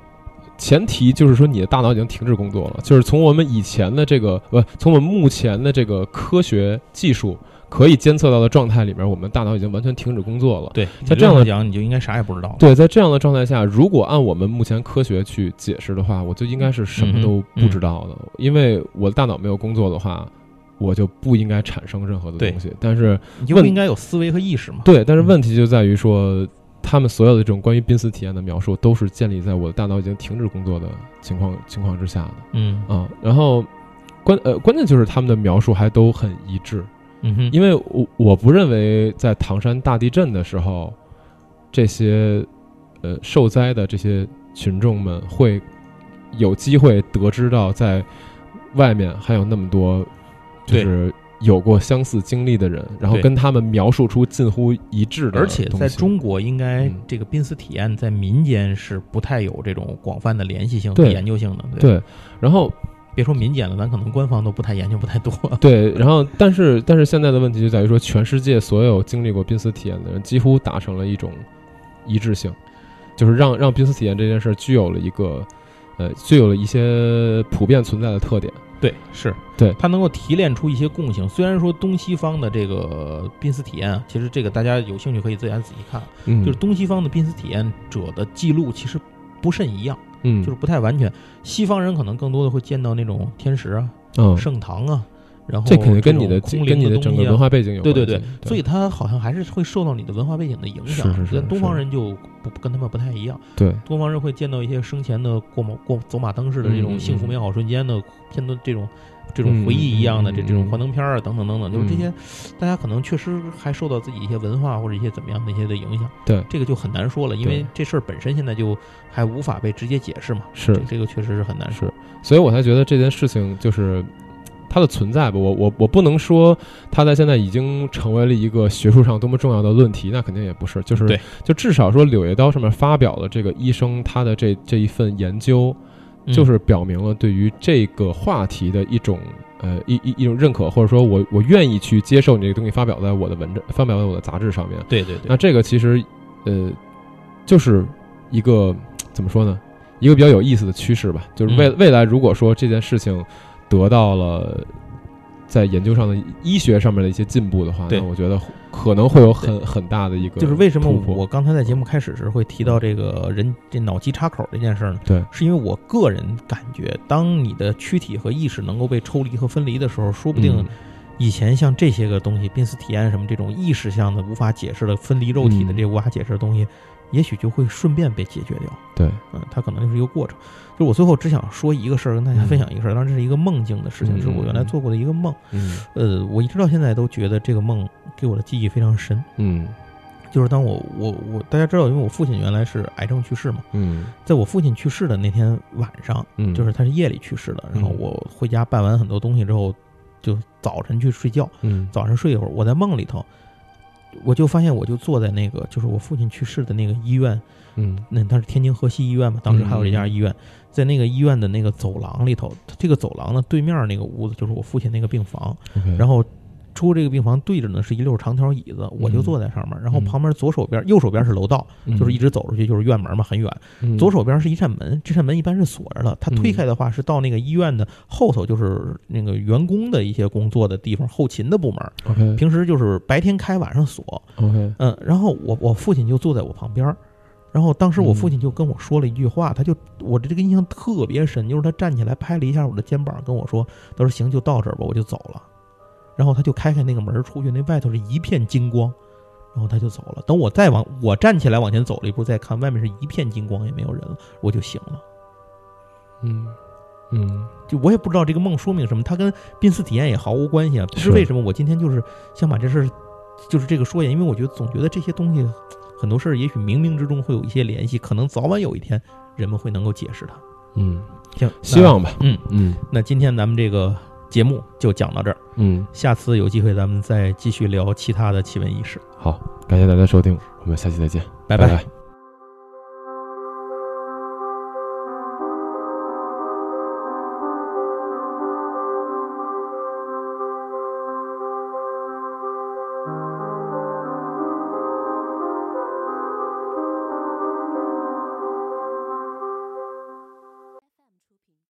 Speaker 2: 前提就是说，你的大脑已经停止工作了，就是从我们以前的这个，呃，从我们目前的这个科学技术可以监测到的状态里面，我们大脑已经完全停止工作了。
Speaker 1: 对，
Speaker 2: 在这样的
Speaker 1: 理论上讲，你就应该啥也不知道了。
Speaker 2: 对，在这样的状态下，如果按我们目前科学去解释的话，我就应该是
Speaker 1: 嗯
Speaker 2: 什么都不知道的，因为我的大脑没有工作的话，我就不应该产生任何的
Speaker 1: 对
Speaker 2: 东西。但是，
Speaker 1: 你就
Speaker 2: 问
Speaker 1: 不应该有思维和意识嘛。
Speaker 2: 对，但是
Speaker 1: 嗯
Speaker 2: 问题就在于说，他们所有的这种关于濒死体验的描述，都是建立在我的大脑已经停止工作的情况情况之下的
Speaker 1: 嗯
Speaker 2: 啊。然后，关呃关键就是他们的描述还都很一致，
Speaker 1: 嗯哼，
Speaker 2: 因为我我不认为在唐山大地震的时候，这些呃受灾的这些群众们会有机会得知到在外面还有那么多就
Speaker 1: 对
Speaker 2: 是有过相似经历的人，然后
Speaker 1: 对
Speaker 2: 跟他们描述出近乎一致的东西，
Speaker 1: 而且在中国，应该
Speaker 2: 嗯
Speaker 1: 这个濒死体验在民间是不太有这种广泛的联系性和
Speaker 2: 对
Speaker 1: 研究性的。对吧
Speaker 2: 对，然后
Speaker 1: 别说民间了，咱可能官方都不太研究不太多。 (laughs)
Speaker 2: 对，然后但是但是现在的问题就在于说，全世界所有经历过濒死体验的人几乎达成了一种一致性，就是让让濒死体验这件事儿具有了一个呃具有了一些普遍存在的特点。
Speaker 1: 对，是
Speaker 2: 对
Speaker 1: 它能够提炼出一些共性。虽然说东西方的这个濒死体验啊，其实这个大家有兴趣可以自己仔细看，
Speaker 2: 嗯，
Speaker 1: 就是东西方的濒死体验者的记录其实不甚一样，
Speaker 2: 嗯
Speaker 1: 就是不太完全。西方人可能更多的会见到那种天使啊、
Speaker 2: 嗯，
Speaker 1: 圣堂啊，然后
Speaker 2: 这肯定跟
Speaker 1: 种
Speaker 2: 你的
Speaker 1: 空灵
Speaker 2: 跟你的
Speaker 1: 东西
Speaker 2: 整个
Speaker 1: 啊
Speaker 2: 文化背景有
Speaker 1: 对
Speaker 2: 关系。
Speaker 1: 对对，所以它好像还是会受到你的文化背景的影响。
Speaker 2: 是是是
Speaker 1: 但东方
Speaker 2: 是
Speaker 1: 人就不跟他们不太一样，
Speaker 2: 对
Speaker 1: 东方人会见到一些生前的过马过走马灯似的这
Speaker 2: 嗯嗯
Speaker 1: 种
Speaker 2: 嗯
Speaker 1: 幸福美好瞬间的片段，这种这种回忆一样的
Speaker 2: 嗯嗯
Speaker 1: 这
Speaker 2: 嗯
Speaker 1: 这种
Speaker 2: 嗯
Speaker 1: 幻灯片儿啊等等等等，就是这些，大家可能确实还受到自己一些文化或者一些怎么样的一些的影响。
Speaker 2: 对
Speaker 1: 这个就很难说了，因为
Speaker 2: 对
Speaker 1: 这事儿本身现在就还无法被直接解释嘛。
Speaker 2: 是
Speaker 1: 这这个确实是很难说。
Speaker 2: 是，所以我才觉得这件事情就是它的存在吧，我我我不能说它在现在已经成为了一个学术上多么重要的论题，那肯定也不是，就是
Speaker 1: 对
Speaker 2: 就至少说《柳叶刀》上面发表的这个医生他的这这一份研究，
Speaker 1: 嗯
Speaker 2: 就是表明了对于这个话题的一种呃一一一种认可，或者说我我愿意去接受你这个东西发表在我的文章发表在我的杂志上面。
Speaker 1: 对对
Speaker 2: 那
Speaker 1: 对，
Speaker 2: 这个其实呃就是一个怎么说呢，一个比较有意思的趋势吧，就是未
Speaker 1: 嗯
Speaker 2: 未来如果说这件事情得到了。在研究上的医学上面的一些进步的话，
Speaker 1: 对
Speaker 2: 那我觉得可能会有很很大的一个突破，
Speaker 1: 就是为什么我刚才在节目开始时会提到这个人这脑机插口这件事儿呢？
Speaker 2: 对，
Speaker 1: 是因为我个人感觉，当你的躯体和意识能够被抽离和分离的时候，说不定
Speaker 2: 嗯
Speaker 1: 以前像这些个东西，濒死体验什么这种意识上的无法解释的分离肉体的
Speaker 2: 嗯
Speaker 1: 这无法解释的东西，也许就会顺便被解决掉。
Speaker 2: 对，
Speaker 1: 嗯，它可能就是一个过程。就我最后只想说一个事儿，跟大家分享一个事儿，当然这是一个梦境的事情，
Speaker 2: 嗯
Speaker 1: 是我原来做过的一个梦。
Speaker 2: 嗯
Speaker 1: 呃，我一直到现在都觉得这个梦给我的记忆非常深。
Speaker 2: 嗯
Speaker 1: 就是当我我我大家知道，因为我父亲原来是癌症去世嘛，
Speaker 2: 嗯
Speaker 1: 在我父亲去世的那天晚上，
Speaker 2: 嗯，
Speaker 1: 就是他是夜里去世的，然后
Speaker 2: 嗯
Speaker 1: 我回家办完很多东西之后，就早晨去睡觉，
Speaker 2: 嗯
Speaker 1: 早上睡一会儿，我在梦里头，我就发现我就坐在那个就是我父亲去世的那个医院，
Speaker 2: 嗯
Speaker 1: 那他是天津河西医院嘛，当时还有这家医院，在那个医院的那个走廊里头，这个走廊的对面那个屋子就是我父亲那个病房，
Speaker 2: ，OK，
Speaker 1: 然后出这个病房对着呢是一溜长条椅子，我就
Speaker 2: 嗯
Speaker 1: 坐在上面，然后
Speaker 2: 嗯
Speaker 1: 旁边左手边右手边是楼道，
Speaker 2: 后
Speaker 1: 就是一直走出去就是院门嘛，很远，
Speaker 2: 嗯
Speaker 1: 左手边是一扇门，这扇门一般是锁着的，它推开的话是到那个医院的后头，就是那个员工的一些工作的地方，后勤的部门，
Speaker 2: OK
Speaker 1: 平时就是白天开晚上锁，
Speaker 2: OK，
Speaker 1: 嗯，然后我我父亲就坐在我旁边儿，然后当时我父亲就跟我说了一句话，他就我这个印象特别深，就是他站起来拍了一下我的肩膀，跟我说，他说行，就到这儿吧，我就走了。然后他就开开那个门儿出去，那外头是一片金光，然后他就走了。等我再往我站起来往前走了一步，再看外面是一片金光，也没有人了，我就醒了。
Speaker 2: 嗯嗯
Speaker 1: 就我也不知道这个梦说明什么，它跟濒死体验也毫无关系啊。不知
Speaker 2: 是
Speaker 1: 为什么，我今天就是想把这事儿，就是这个说一下，因为我觉得总觉得这些东西，很多事儿也许冥冥之中会有一些联系，可能早晚有一天人们会能够解释它。
Speaker 2: 嗯，
Speaker 1: 行，
Speaker 2: 希望吧，
Speaker 1: 嗯，
Speaker 2: 嗯
Speaker 1: 那今天咱们这个节目就讲到这儿，
Speaker 2: 嗯，
Speaker 1: 下次有机会咱们再继续聊其他的奇闻异事，
Speaker 2: 好，感谢大家收听，我们下期再见，
Speaker 1: 拜
Speaker 2: 拜拜